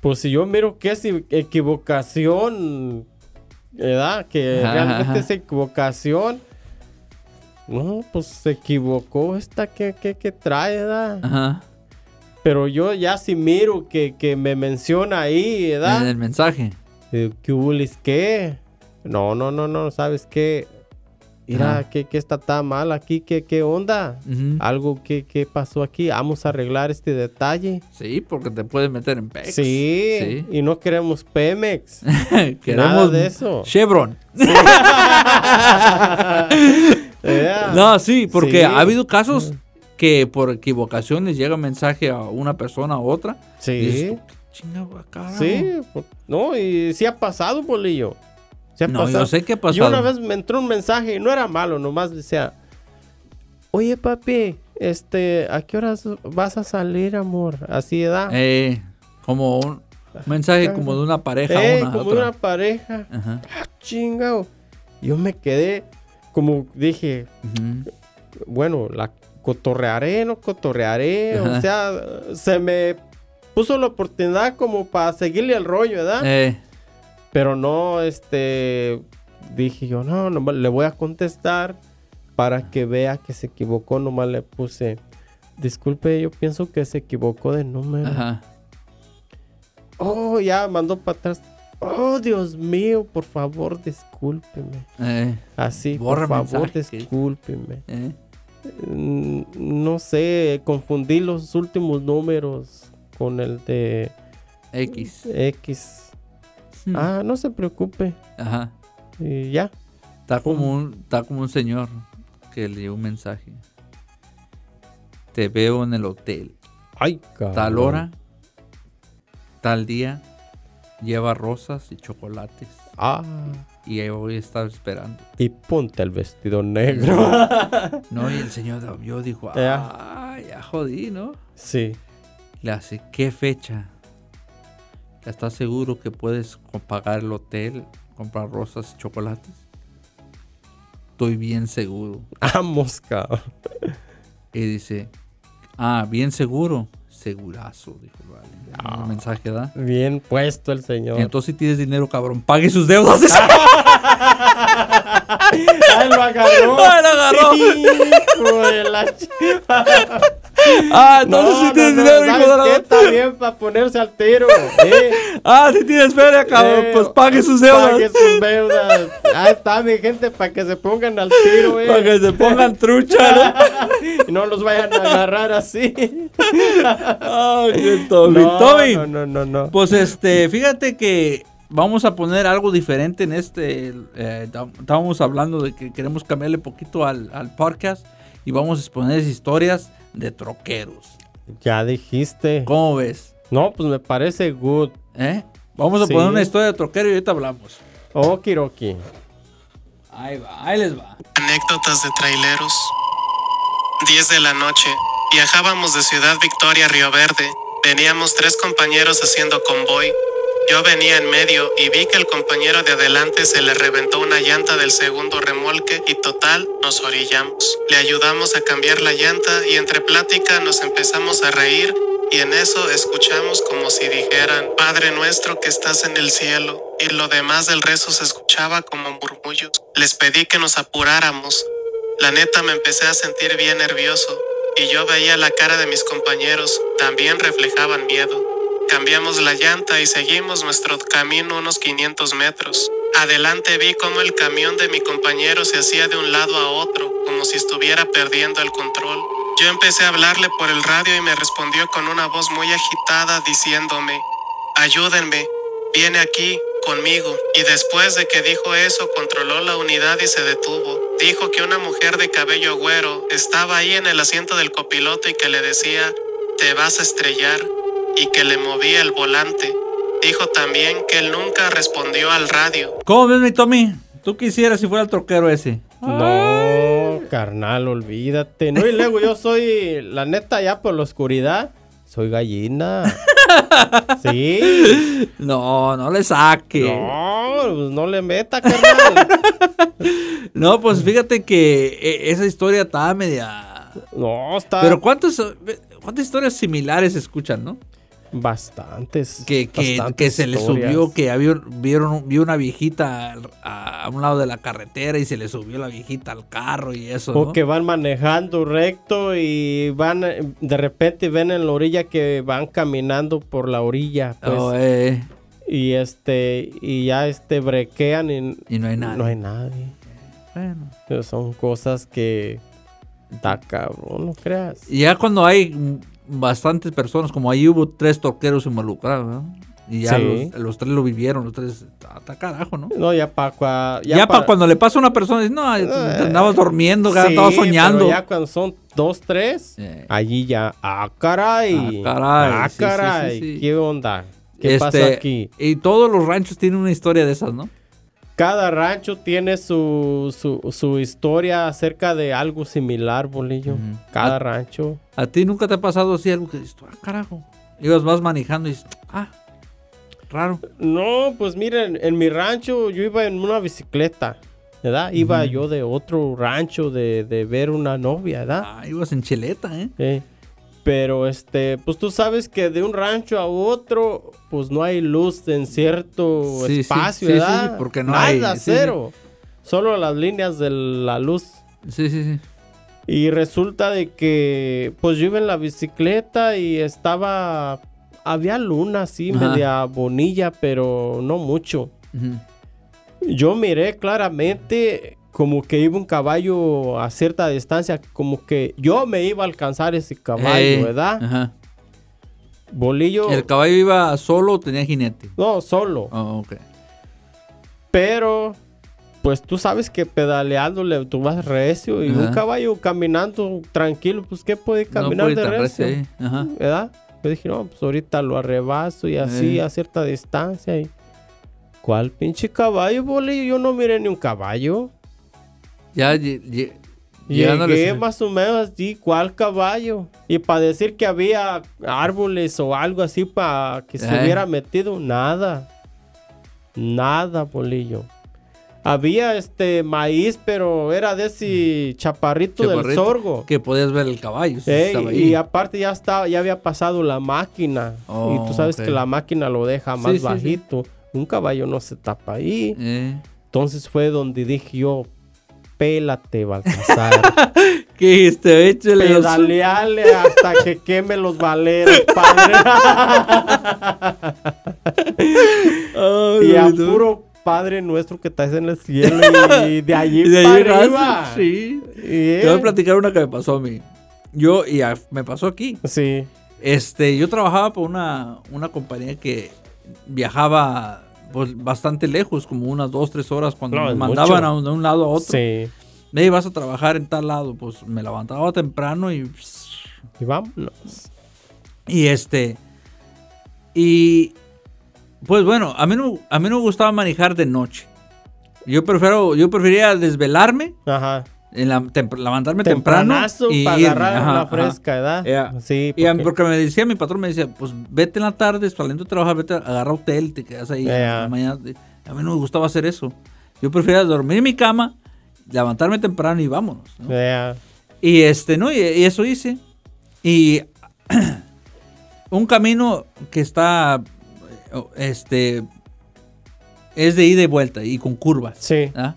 B: Pues si yo miro que es i- equivocación, ¿verdad? Que
A: Ajá,
B: realmente
A: ajá.
B: es equivocación. No, pues se equivocó esta que, que, que trae, ¿verdad?
A: Ajá.
B: Pero yo ya si miro que, que me menciona ahí, ¿verdad?
A: En el mensaje.
B: Eh, ¿Qué hubo, Liz? ¿Qué? No, no, no, no, ¿sabes qué? Mira,
A: Ajá.
B: ¿qué, qué está tan mal aquí? ¿Qué, qué onda?
A: Ujú.
B: Algo que, que pasó aquí. Vamos a arreglar este detalle.
A: Sí, porque te puedes meter en PEX.
B: Sí,
A: Sí.
B: y no queremos Pemex.
A: Queremos
B: Nada de eso.
A: Chevron.
B: Yeah.
A: No, sí, porque
B: Ah. Sí. Mm.
A: ha habido casos que por equivocación les llega mensaje a una persona u otra. y dices
B: Sí,
A: tú, "¿Qué chingado, carajo?".
B: sí, por- no, y sí ha pasado, Polillo. Sí ha
A: No,
B: pasado.
A: yo sé que ha pasado.
B: Yo una vez me entró un mensaje y no era malo, nomás decía, oye papi, este, ¿a qué horas vas a salir, amor? Así edad.
A: Eh, como un mensaje como de una pareja a
B: Ey,
A: una a
B: Eh, como
A: otra.
B: una pareja.
A: Ajá.
B: Chingao. Yo me quedé, como dije,
A: Ujú.
B: bueno, la cotorrearé, no cotorrearé.
A: Ajá.
B: O sea, se me puso la oportunidad como para seguirle el rollo, ¿verdad?
A: Eh,
B: Pero no, este, dije yo, no, nomás le voy a contestar para que vea que se equivocó, nomás le puse, disculpe, yo pienso que se equivocó de número.
A: ajá.
B: Oh, ya mandó para atrás. Oh, Dios mío, por favor, discúlpeme.
A: Eh,
B: Así,
A: Borra
B: por favor,
A: mensajes.
B: discúlpeme.
A: eh.
B: Mm, No sé, confundí los últimos números con el de
A: X.
B: X. Ah, no se preocupe.
A: Ajá.
B: Y ya.
A: Está como un, está como un señor que le dio un mensaje. Te veo en el hotel.
B: Ay,
A: Tal hora, tal día, lleva rosas y chocolates.
B: Ah,
A: Y ahí voy a estar esperando.
B: y ponte el vestido negro.
A: No, y el señor lo vio, dijo,
B: Ya.
A: ah, ya jodí, ¿no?
B: Sí.
A: Le hace, ¿qué fecha? ¿Ya ¿Estás seguro que puedes co- pagar el hotel, comprar rosas y chocolates? Estoy bien seguro.
B: Ah, mosca.
A: Y dice, ah, bien seguro. Segurazo, dijo, vale.
B: Ah.
A: Ya, un mensaje, ¿da?
B: Bien puesto el señor.
A: Entonces si tienes dinero, cabrón, pague sus deudas.
B: Ah. ¡Ay, lo agarró!
A: Ay, lo agarró.
B: Hijo de la ch-
A: Ah, entonces
B: No,
A: si
B: no,
A: tienes
B: no,
A: dinero,
B: ¿sabes
A: hijo de la
B: qué?
A: verga.
B: Está bien para ponerse al tiro. eh.
A: Ah, si tienes feria, cabrón,
B: Eh,
A: pues pague sus
B: Pague
A: deudas.
B: sus deudas. Ahí está, mi gente, para que se pongan al tiro, eh.
A: Para que se pongan trucha, ¿no?
B: Y no los vayan a agarrar así.
A: Ah, qué Tommy.
B: No,
A: Tommy,
B: No, no, no, no.
A: Pues este, fíjate que vamos a poner algo diferente en este. eh, tam- estábamos hablando de que queremos cambiarle poquito al, al podcast y vamos a exponer historias de troqueros.
B: Ya dijiste.
A: ¿Cómo ves?
B: No, pues me parece good.
A: ¿Eh? Vamos a
B: Sí.
A: poner una historia de troquero y ahorita hablamos.
B: Okiroki.
A: Ahí va, ahí les va.
C: Anécdotas de traileros. 10 de la noche. Viajábamos de Ciudad Victoria a Río Verde. Veníamos tres compañeros haciendo convoy. Yo venía en medio y vi que el compañero de adelante se le reventó una llanta del segundo remolque y total nos orillamos. Le ayudamos a cambiar la llanta y entre plática nos empezamos a reír y en eso escuchamos como si dijeran, Padre nuestro que estás en el cielo, y lo demás del rezo se escuchaba como murmullos. Les pedí que nos apuráramos. La neta me empecé a sentir bien nervioso, y yo veía la cara de mis compañeros, también reflejaban miedo. Cambiamos la llanta y seguimos nuestro camino unos 500 metros. Adelante vi cómo el camión de mi compañero se hacía de un lado a otro, como si estuviera perdiendo el control. Yo empecé a hablarle por el radio y me respondió con una voz muy agitada diciéndome, ayúdenme, viene aquí, conmigo. Y después de que dijo eso, controló la unidad y se detuvo. Dijo que una mujer de cabello güero estaba ahí en el asiento del copiloto y que le decía, te vas a estrellar, y que le movía el volante. Dijo también que él nunca respondió al radio.
A: ¿Cómo ves, mi Tommy? ¿Tú quisieras si fuera el troquero ese?
B: No, carnal, olvídate. No, y luego yo soy, la neta, ya por la oscuridad, soy gallina. Sí.
A: No, no le saque.
B: No, pues no le meta, carnal.
A: No, pues fíjate que eh, esa historia estaba
B: Ah.
A: media.
B: No, está
A: Pero ¿cuántas, cuántas historias similares se escuchan, no?
B: bastantes.
A: Que, que,
B: bastantes
A: que se le
B: historias.
A: subió, que había, vieron, vio una viejita al- a, a un lado de la carretera y se le subió la viejita al carro y eso. ¿no?
B: O que van manejando recto y van eh, de repente ven en la orilla que van caminando por la orilla pues,
A: Oh, eh,
B: y este y ya este brequean y n-
A: y no hay nada.
B: no hay nadie.
A: Bueno.
B: Pero son cosas que da cabrón, no creas.
A: Y ya cuando hay mm, bastantes personas, como ahí hubo tres torqueros involucrados, ¿no? Y ya
B: Sí.
A: los, los tres lo vivieron, los tres. Hasta carajo, ¿no?
B: No, ya para cua-
A: Ya, para cuando le pasa a una persona, dice, no, te andabas durmiendo,
B: Sí,
A: andabas
B: pero
A: soñando.
B: ya cuando son dos, tres,
A: Eh.
B: allí ya, ah, caray.
A: Ah, caray,
B: Ah,
A: sí, sí,
B: caray.
A: sí, sí.
B: ¿Qué onda? ¿Qué pasa
A: Este,
B: aquí?
A: Y todos los ranchos tienen una historia de esas, ¿no?
B: Cada rancho tiene su, su, su historia acerca de algo similar, bolillo.
A: Ujú.
B: Cada
A: Ah.
B: rancho.
A: ¿A ti nunca te ha pasado así algo que dices, tú, ah, carajo? Ibas vas manejando y dices, ah, raro.
B: No, pues miren, en mi rancho yo iba en una bicicleta, ¿verdad? Iba
A: Ujú.
B: yo de otro rancho de, de ver una novia, ¿verdad?
A: Ah, ibas en cheleta, ¿eh?
B: Eh, pero este, pues tú sabes que de un rancho a otro, pues no hay luz en cierto
A: Sí, sí, sí,
B: espacio,
A: sí,
B: ¿verdad?
A: sí, porque no
B: Nada,
A: hay- sí, sí.
B: cero. Solo las líneas de la luz.
A: Sí, sí, sí.
B: Y resulta de que, pues yo iba en la bicicleta y estaba, había luna así,
A: Ajá.
B: media bonilla, pero no mucho.
A: Ujú.
B: Yo miré claramente como que iba un caballo a cierta distancia, como que yo me iba a alcanzar ese caballo,
A: Eh,
B: ¿verdad?
A: Ajá.
B: Bolillo.
A: ¿El caballo iba solo o tenía jinete?
B: No, solo.
A: Oh, ok.
B: Pero, pues tú sabes que pedaleándole tú vas recio y un
A: Ajá.
B: caballo caminando tranquilo, pues ¿qué puede caminar
A: puede
B: de
A: tan recio
B: recio?
A: ahí. Ajá.
B: ¿Verdad? Yo dije, no, pues ahorita lo arrebaso y así
A: Eh.
B: a cierta distancia. Y... ¿Cuál pinche caballo, bolillo? Yo no miré ni un caballo.
A: Ya lle- lle- llegándoles-
B: Llegué más o menos así, ¿cuál caballo? Y para decir que había árboles o algo así para que se
A: Eh.
B: hubiera metido, nada. Nada, bolillo. Había este maíz, pero era de ese chaparrito, del
A: Chaparrito,
B: sorgo.
A: Que podías ver el caballo. si
B: Ey,
A: Pues estaba ahí.
B: y aparte ya estaba, ya había pasado la máquina.
A: Oh,
B: y tú sabes
A: ok.
B: que la máquina lo deja
A: Sí,
B: más
A: sí, sí.
B: bajito. Un caballo no se tapa ahí.
A: Eh.
B: Entonces fue donde dije yo, pélate, Baltasar.
A: ¿Qué dijiste? Échale los-
B: Pedaleale hasta que queme los valeros, padre.
A: Ay,
B: y a
A: no.
B: puro padre nuestro que estás en el cielo y de allí
A: Y de
B: para
A: ahí
B: arriba. Eh.
A: ras- Sí.
B: Y-
A: Te voy a platicar una que me pasó a mí. Yo, y a- me pasó aquí.
B: Sí.
A: Este, yo trabajaba por una, una compañía que viajaba pues, bastante lejos, como unas dos, tres horas cuando
B: No,
A: me
B: es
A: mandaban
B: mucho.
A: a un- de un lado a otro.
B: Sí.
A: Me ibas a trabajar en tal lado, pues me levantaba temprano y
B: Y vámonos.
A: y este. Y. Pues bueno, a mí no, a mí no me gustaba manejar de noche. Yo prefiero, yo prefería desvelarme
B: Ajá.
A: en la- tem- levantarme temprano
B: Tempranazo
A: y
B: para
A: irme,
B: agarrar
A: ajá,
B: la
A: ajá.
B: fresca edad.
A: Ya.
B: Ah, Sí,
A: Y a mí-
B: porque-
A: porque me decía mi patrón, me decía, pues vete en la tarde, saliendo a trabajar, vete, agarra hotel, te quedas ahí.
B: Ya, ya.
A: en la mañana. A mí no me gustaba hacer eso. Yo prefería dormir en mi cama, levantarme temprano y vámonos. ¿no?
B: Ya.
A: Y este, ¿no? Y, y eso hice. Y un camino que está, este, es de ida y vuelta y con curvas.
B: Sí.
A: ¿ah?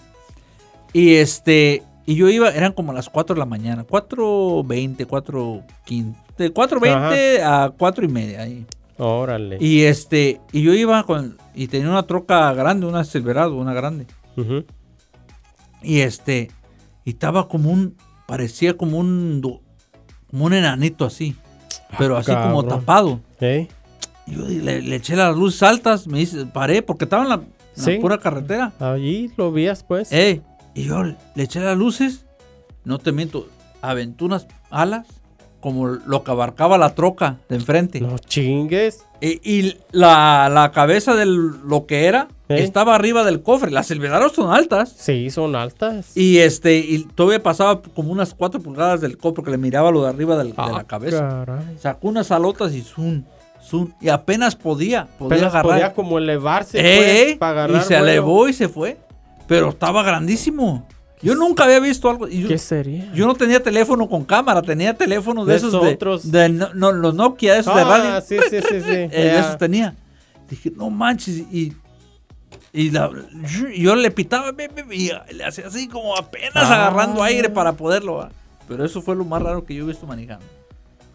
A: Y este, y yo iba, eran como las 4 de la mañana, 4.20, 4.15, de 4.20 a 4 y media. ahí.
B: Órale.
A: Ah. Y este, y yo iba con, y tenía una troca grande, una Silverado, una grande.
B: Ujú.
A: Y este, y estaba como un, parecía como un, do- como un enanito así, pero así como
B: Ah, cabrón.
A: tapado.
B: Ey.
A: Y yo le, le eché las luces altas, me hice, paré, porque estaba en la, en la
B: Sí.
A: pura carretera.
B: Allí lo vías, pues.
A: Ey, y yo le eché las luces, no te miento, aventé unas alas como lo que abarcaba la troca de enfrente.
B: No chingues.
A: Y, y la, la cabeza de lo que era
B: Ey.
A: estaba arriba del cofre. Las silveraros son altas.
B: Sí, son altas.
A: Y este, y todavía pasaba como unas 4 pulgadas del cofre que le miraba lo de arriba del- de
B: Ah,
A: la cabeza.
B: caray.
A: Sacó unas alotas y zoom, zoom. Y apenas podía, podía
B: Pero
A: agarrar.
B: podía como elevarse
A: Ey,
B: pues,
A: ey, y
B: para agarrar.
A: se
B: vuelo.
A: elevó y se fue. Pero estaba grandísimo. Yo nunca había visto algo. y yo,
B: ¿Qué sería?
A: yo no tenía teléfono con cámara, tenía teléfono de,
B: De
A: esos
B: esos
A: de,
B: otros.
A: de no- no- los Nokia, esos de radio.
B: ah, sí, sí, sí, sí.
A: Eh, de
B: Ya.
A: esos tenía. Dije, no manches. Y, y la- y yo le pitaba be, be, y le hacía así como apenas
B: Ah.
A: agarrando aire para poderlo. ¿va? Pero eso fue lo más raro que yo he visto manejando.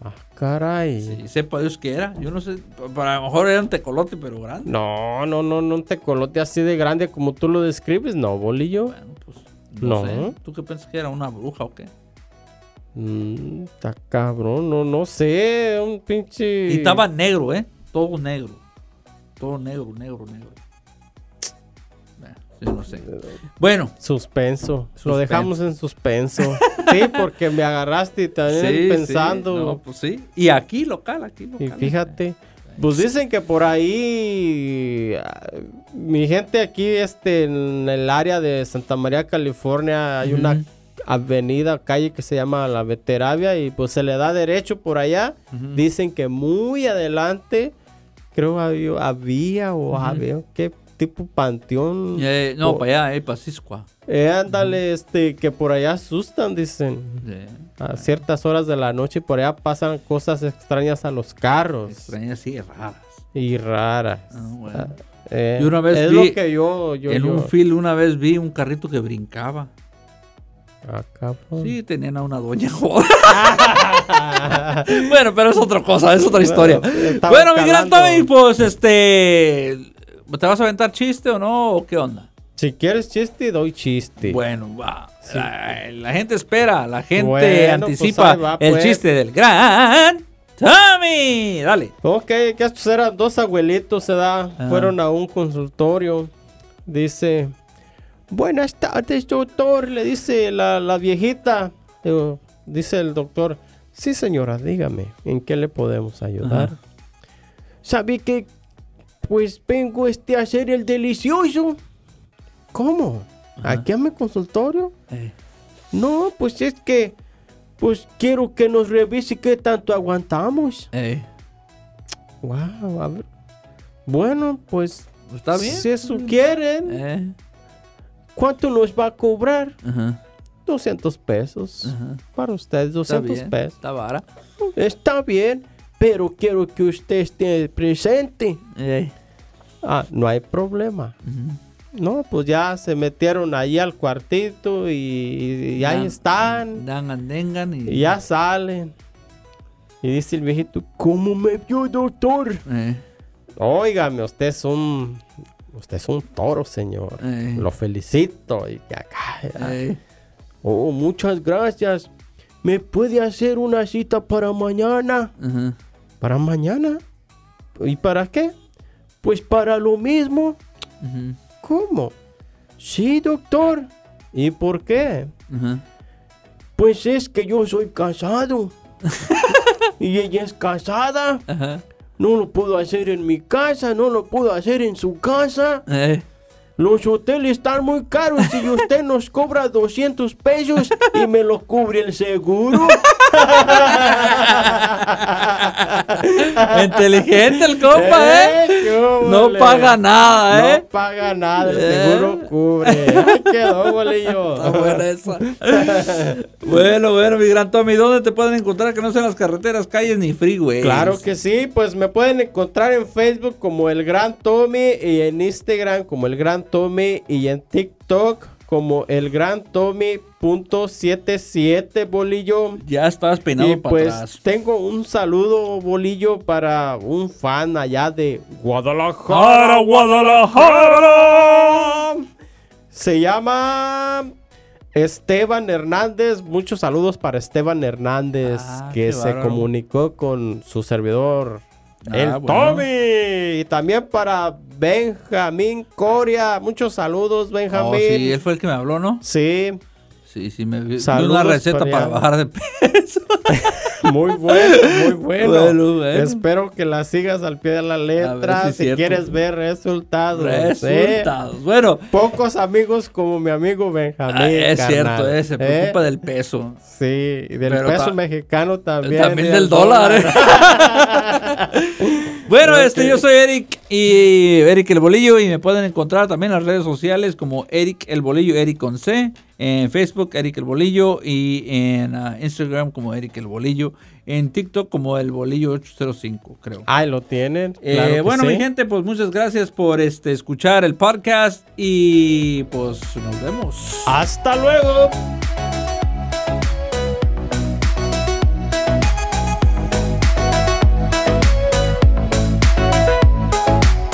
B: Ah, caray.
A: Sí, sepa Dios qué era. Yo no sé, pa- para lo mejor era un tecolote, pero grande.
B: No, no, no, no te colote así de grande como tú lo describes, no, bolillo.
A: Bueno, pues no,
B: No.
A: sé. ¿Tú qué piensas que era una bruja o qué?
B: Mm, Está cabrón, no, no sé, un pinche.
A: Y estaba negro, ¿eh? Todo negro. Todo negro, negro, negro. Nah, yo no sé. Bueno,
B: Suspenso.
A: Suspenso.
B: Lo dejamos en suspenso. sí, porque me agarraste y también
A: sí, sí,
B: pensando.
A: no, pues sí. Y aquí local, aquí local.
B: Y fíjate, pues dicen que por ahí ah, mi gente aquí este en el área de Santa María, California, hay una
A: Ujú.
B: avenida, calle que se llama La Veteravia y pues se le da derecho por allá.
A: Ujú.
B: Dicen que muy adelante creo había, había o había qué tipo panteón.
A: Eh, no,
B: Por-
A: para allá, eh, para Ciscua.
B: Eh, ándale, este que por allá asustan dicen.
A: Eh,
B: A ciertas horas de la noche por allá pasan cosas extrañas a los carros
A: extrañas así raras.
B: y raras.
A: Ah, bueno.
B: Eh,
A: Yo una vez
B: es
A: vi
B: lo que yo, yo,
A: en
B: yo-
A: un film una vez vi un carrito que brincaba.
B: Ah, cabrón.
A: Sí, tenían a una doña joda. bueno, pero es otra cosa, es otra historia.
B: estaba
A: Bueno, mi gran
B: escalando.
A: Tommy, pues este. ¿Te vas a aventar chiste o no? ¿O qué onda?
B: Si quieres chiste, doy chiste.
A: Bueno, va. La, la gente espera, la gente
B: Bueno, pues,
A: anticipa
B: ahí va,
A: el
B: pues.
A: chiste del gran Tommy. Dale.
B: Ok, que estos eran dos abuelitos, se da,
A: Ah.
B: fueron a un consultorio. Dice, buenas tardes, doctor, le dice la, la viejita. Digo, dice el doctor, sí señora, dígame, ¿en qué le podemos ayudar?
A: Ajá.
B: ¿Sabe que pues vengo este a hacer el delicioso? ¿Cómo? ¿Aquí a mi consultorio?
A: Eh,
B: No, pues es que, pues quiero que nos revise qué tanto aguantamos.
A: eh,
B: Wow, a ver. Bueno, pues
A: ¿Está bien?
B: si eso quieren,
A: Eh,
B: ¿cuánto nos va a cobrar?
A: ajá,
B: Pues 200 pesos.
A: ajá.
B: Para ustedes,
A: Está
B: 200
A: bien,
B: pesos.
A: Está vara.
B: Está bien, pero quiero que usted esté presente.
A: Eh,
B: Ah, no hay problema.
A: ujú.
B: No, pues ya se metieron ahí al cuartito y, y ahí
A: Dan-
B: están.
A: Dan andengan y.
B: Y ya salen. Y dice el viejito, ¿cómo me vio, doctor?
A: Eh,
B: Óigame, usted es un. Usted es un toro, señor.
A: Eh.
B: Lo felicito. Y ya, ca- ya.
A: eh,
B: Oh, muchas gracias. ¿Me puede hacer una cita para mañana?
A: ajá.
B: ¿Para mañana? ¿Y para qué? Pues para lo mismo.
A: Ujú,
B: ¿Cómo? Sí, doctor. ¿Y por qué?
A: ujú.
B: Pues es que yo soy casado. y ella es casada.
A: Ajá.
B: No lo puedo hacer en mi casa, no lo puedo hacer en su casa.
A: Eh,
B: Los hoteles están muy caros y usted nos cobra 200 pesos y me lo cubre el seguro.
A: Inteligente el compa, ¿eh?
B: Eh, qué
A: No
B: ole.
A: paga nada, ¿eh?
B: No paga nada, el
A: Eh.
B: seguro cubre. Ay, quedó, bolillo.
A: Está buena esa. bueno, bueno, mi gran Tommy, ¿dónde te pueden encontrar que no sean las carreteras, calles ni freeways?
B: Claro que sí, pues me pueden encontrar en Facebook como el Gran Tommy y en Instagram como el Gran Tommy y en TikTok como el Gran Tommy.77 bolillo.
A: Ya estabas peinado
B: Y
A: para
B: pues
A: atrás.
B: tengo un saludo bolillo para un fan allá de
A: ¡Jara, Ah,
B: Guadalajara.
A: Guadalajara!
B: Se llama Esteban Hernández. Muchos saludos para Esteban Hernández
A: Ah, qué
B: que se
A: bárbaro.
B: comunicó con su servidor.
A: Ah,
B: el
A: bueno.
B: Tommy. Y también para Benjamín Coria. Muchos saludos,
A: Oh,
B: Benjamín.
A: sí, él fue el que me habló, ¿no?
B: sí.
A: Sí, sí, me dio
B: Saludos
A: una receta
B: para
A: para,
B: allá.
A: bajar de peso.
B: Muy bueno, muy bueno.
A: Bueno, bueno.
B: Espero que la sigas al pie de la
A: A
B: letra
A: ver si es
B: si
A: cierto.
B: quieres ver resultados. ¿eh?
A: Resultados. Bueno,
B: Pocos amigos como mi amigo Benjamín.
A: ah, es
B: carnal,
A: cierto, eh, se
B: ¿eh?
A: preocupa del peso.
B: Sí, y del
A: Pero
B: peso
A: ta-
B: mexicano también.
A: También
B: y
A: del dólar. ¿eh? bueno,
B: Ok.
A: este, yo soy Eric y Eric El Bolillo y me pueden encontrar también en las redes sociales como Eric El Bolillo, Eric con C, en Facebook Eric El Bolillo y en ah, Instagram como Eric El Bolillo, en TikTok como El Bolillo 805, creo.
B: Ay, lo tienen.
A: Eh,
B: claro que
A: bueno,
B: sí.
A: mi gente, pues muchas gracias por este, escuchar el podcast y pues nos vemos.
B: Hasta luego.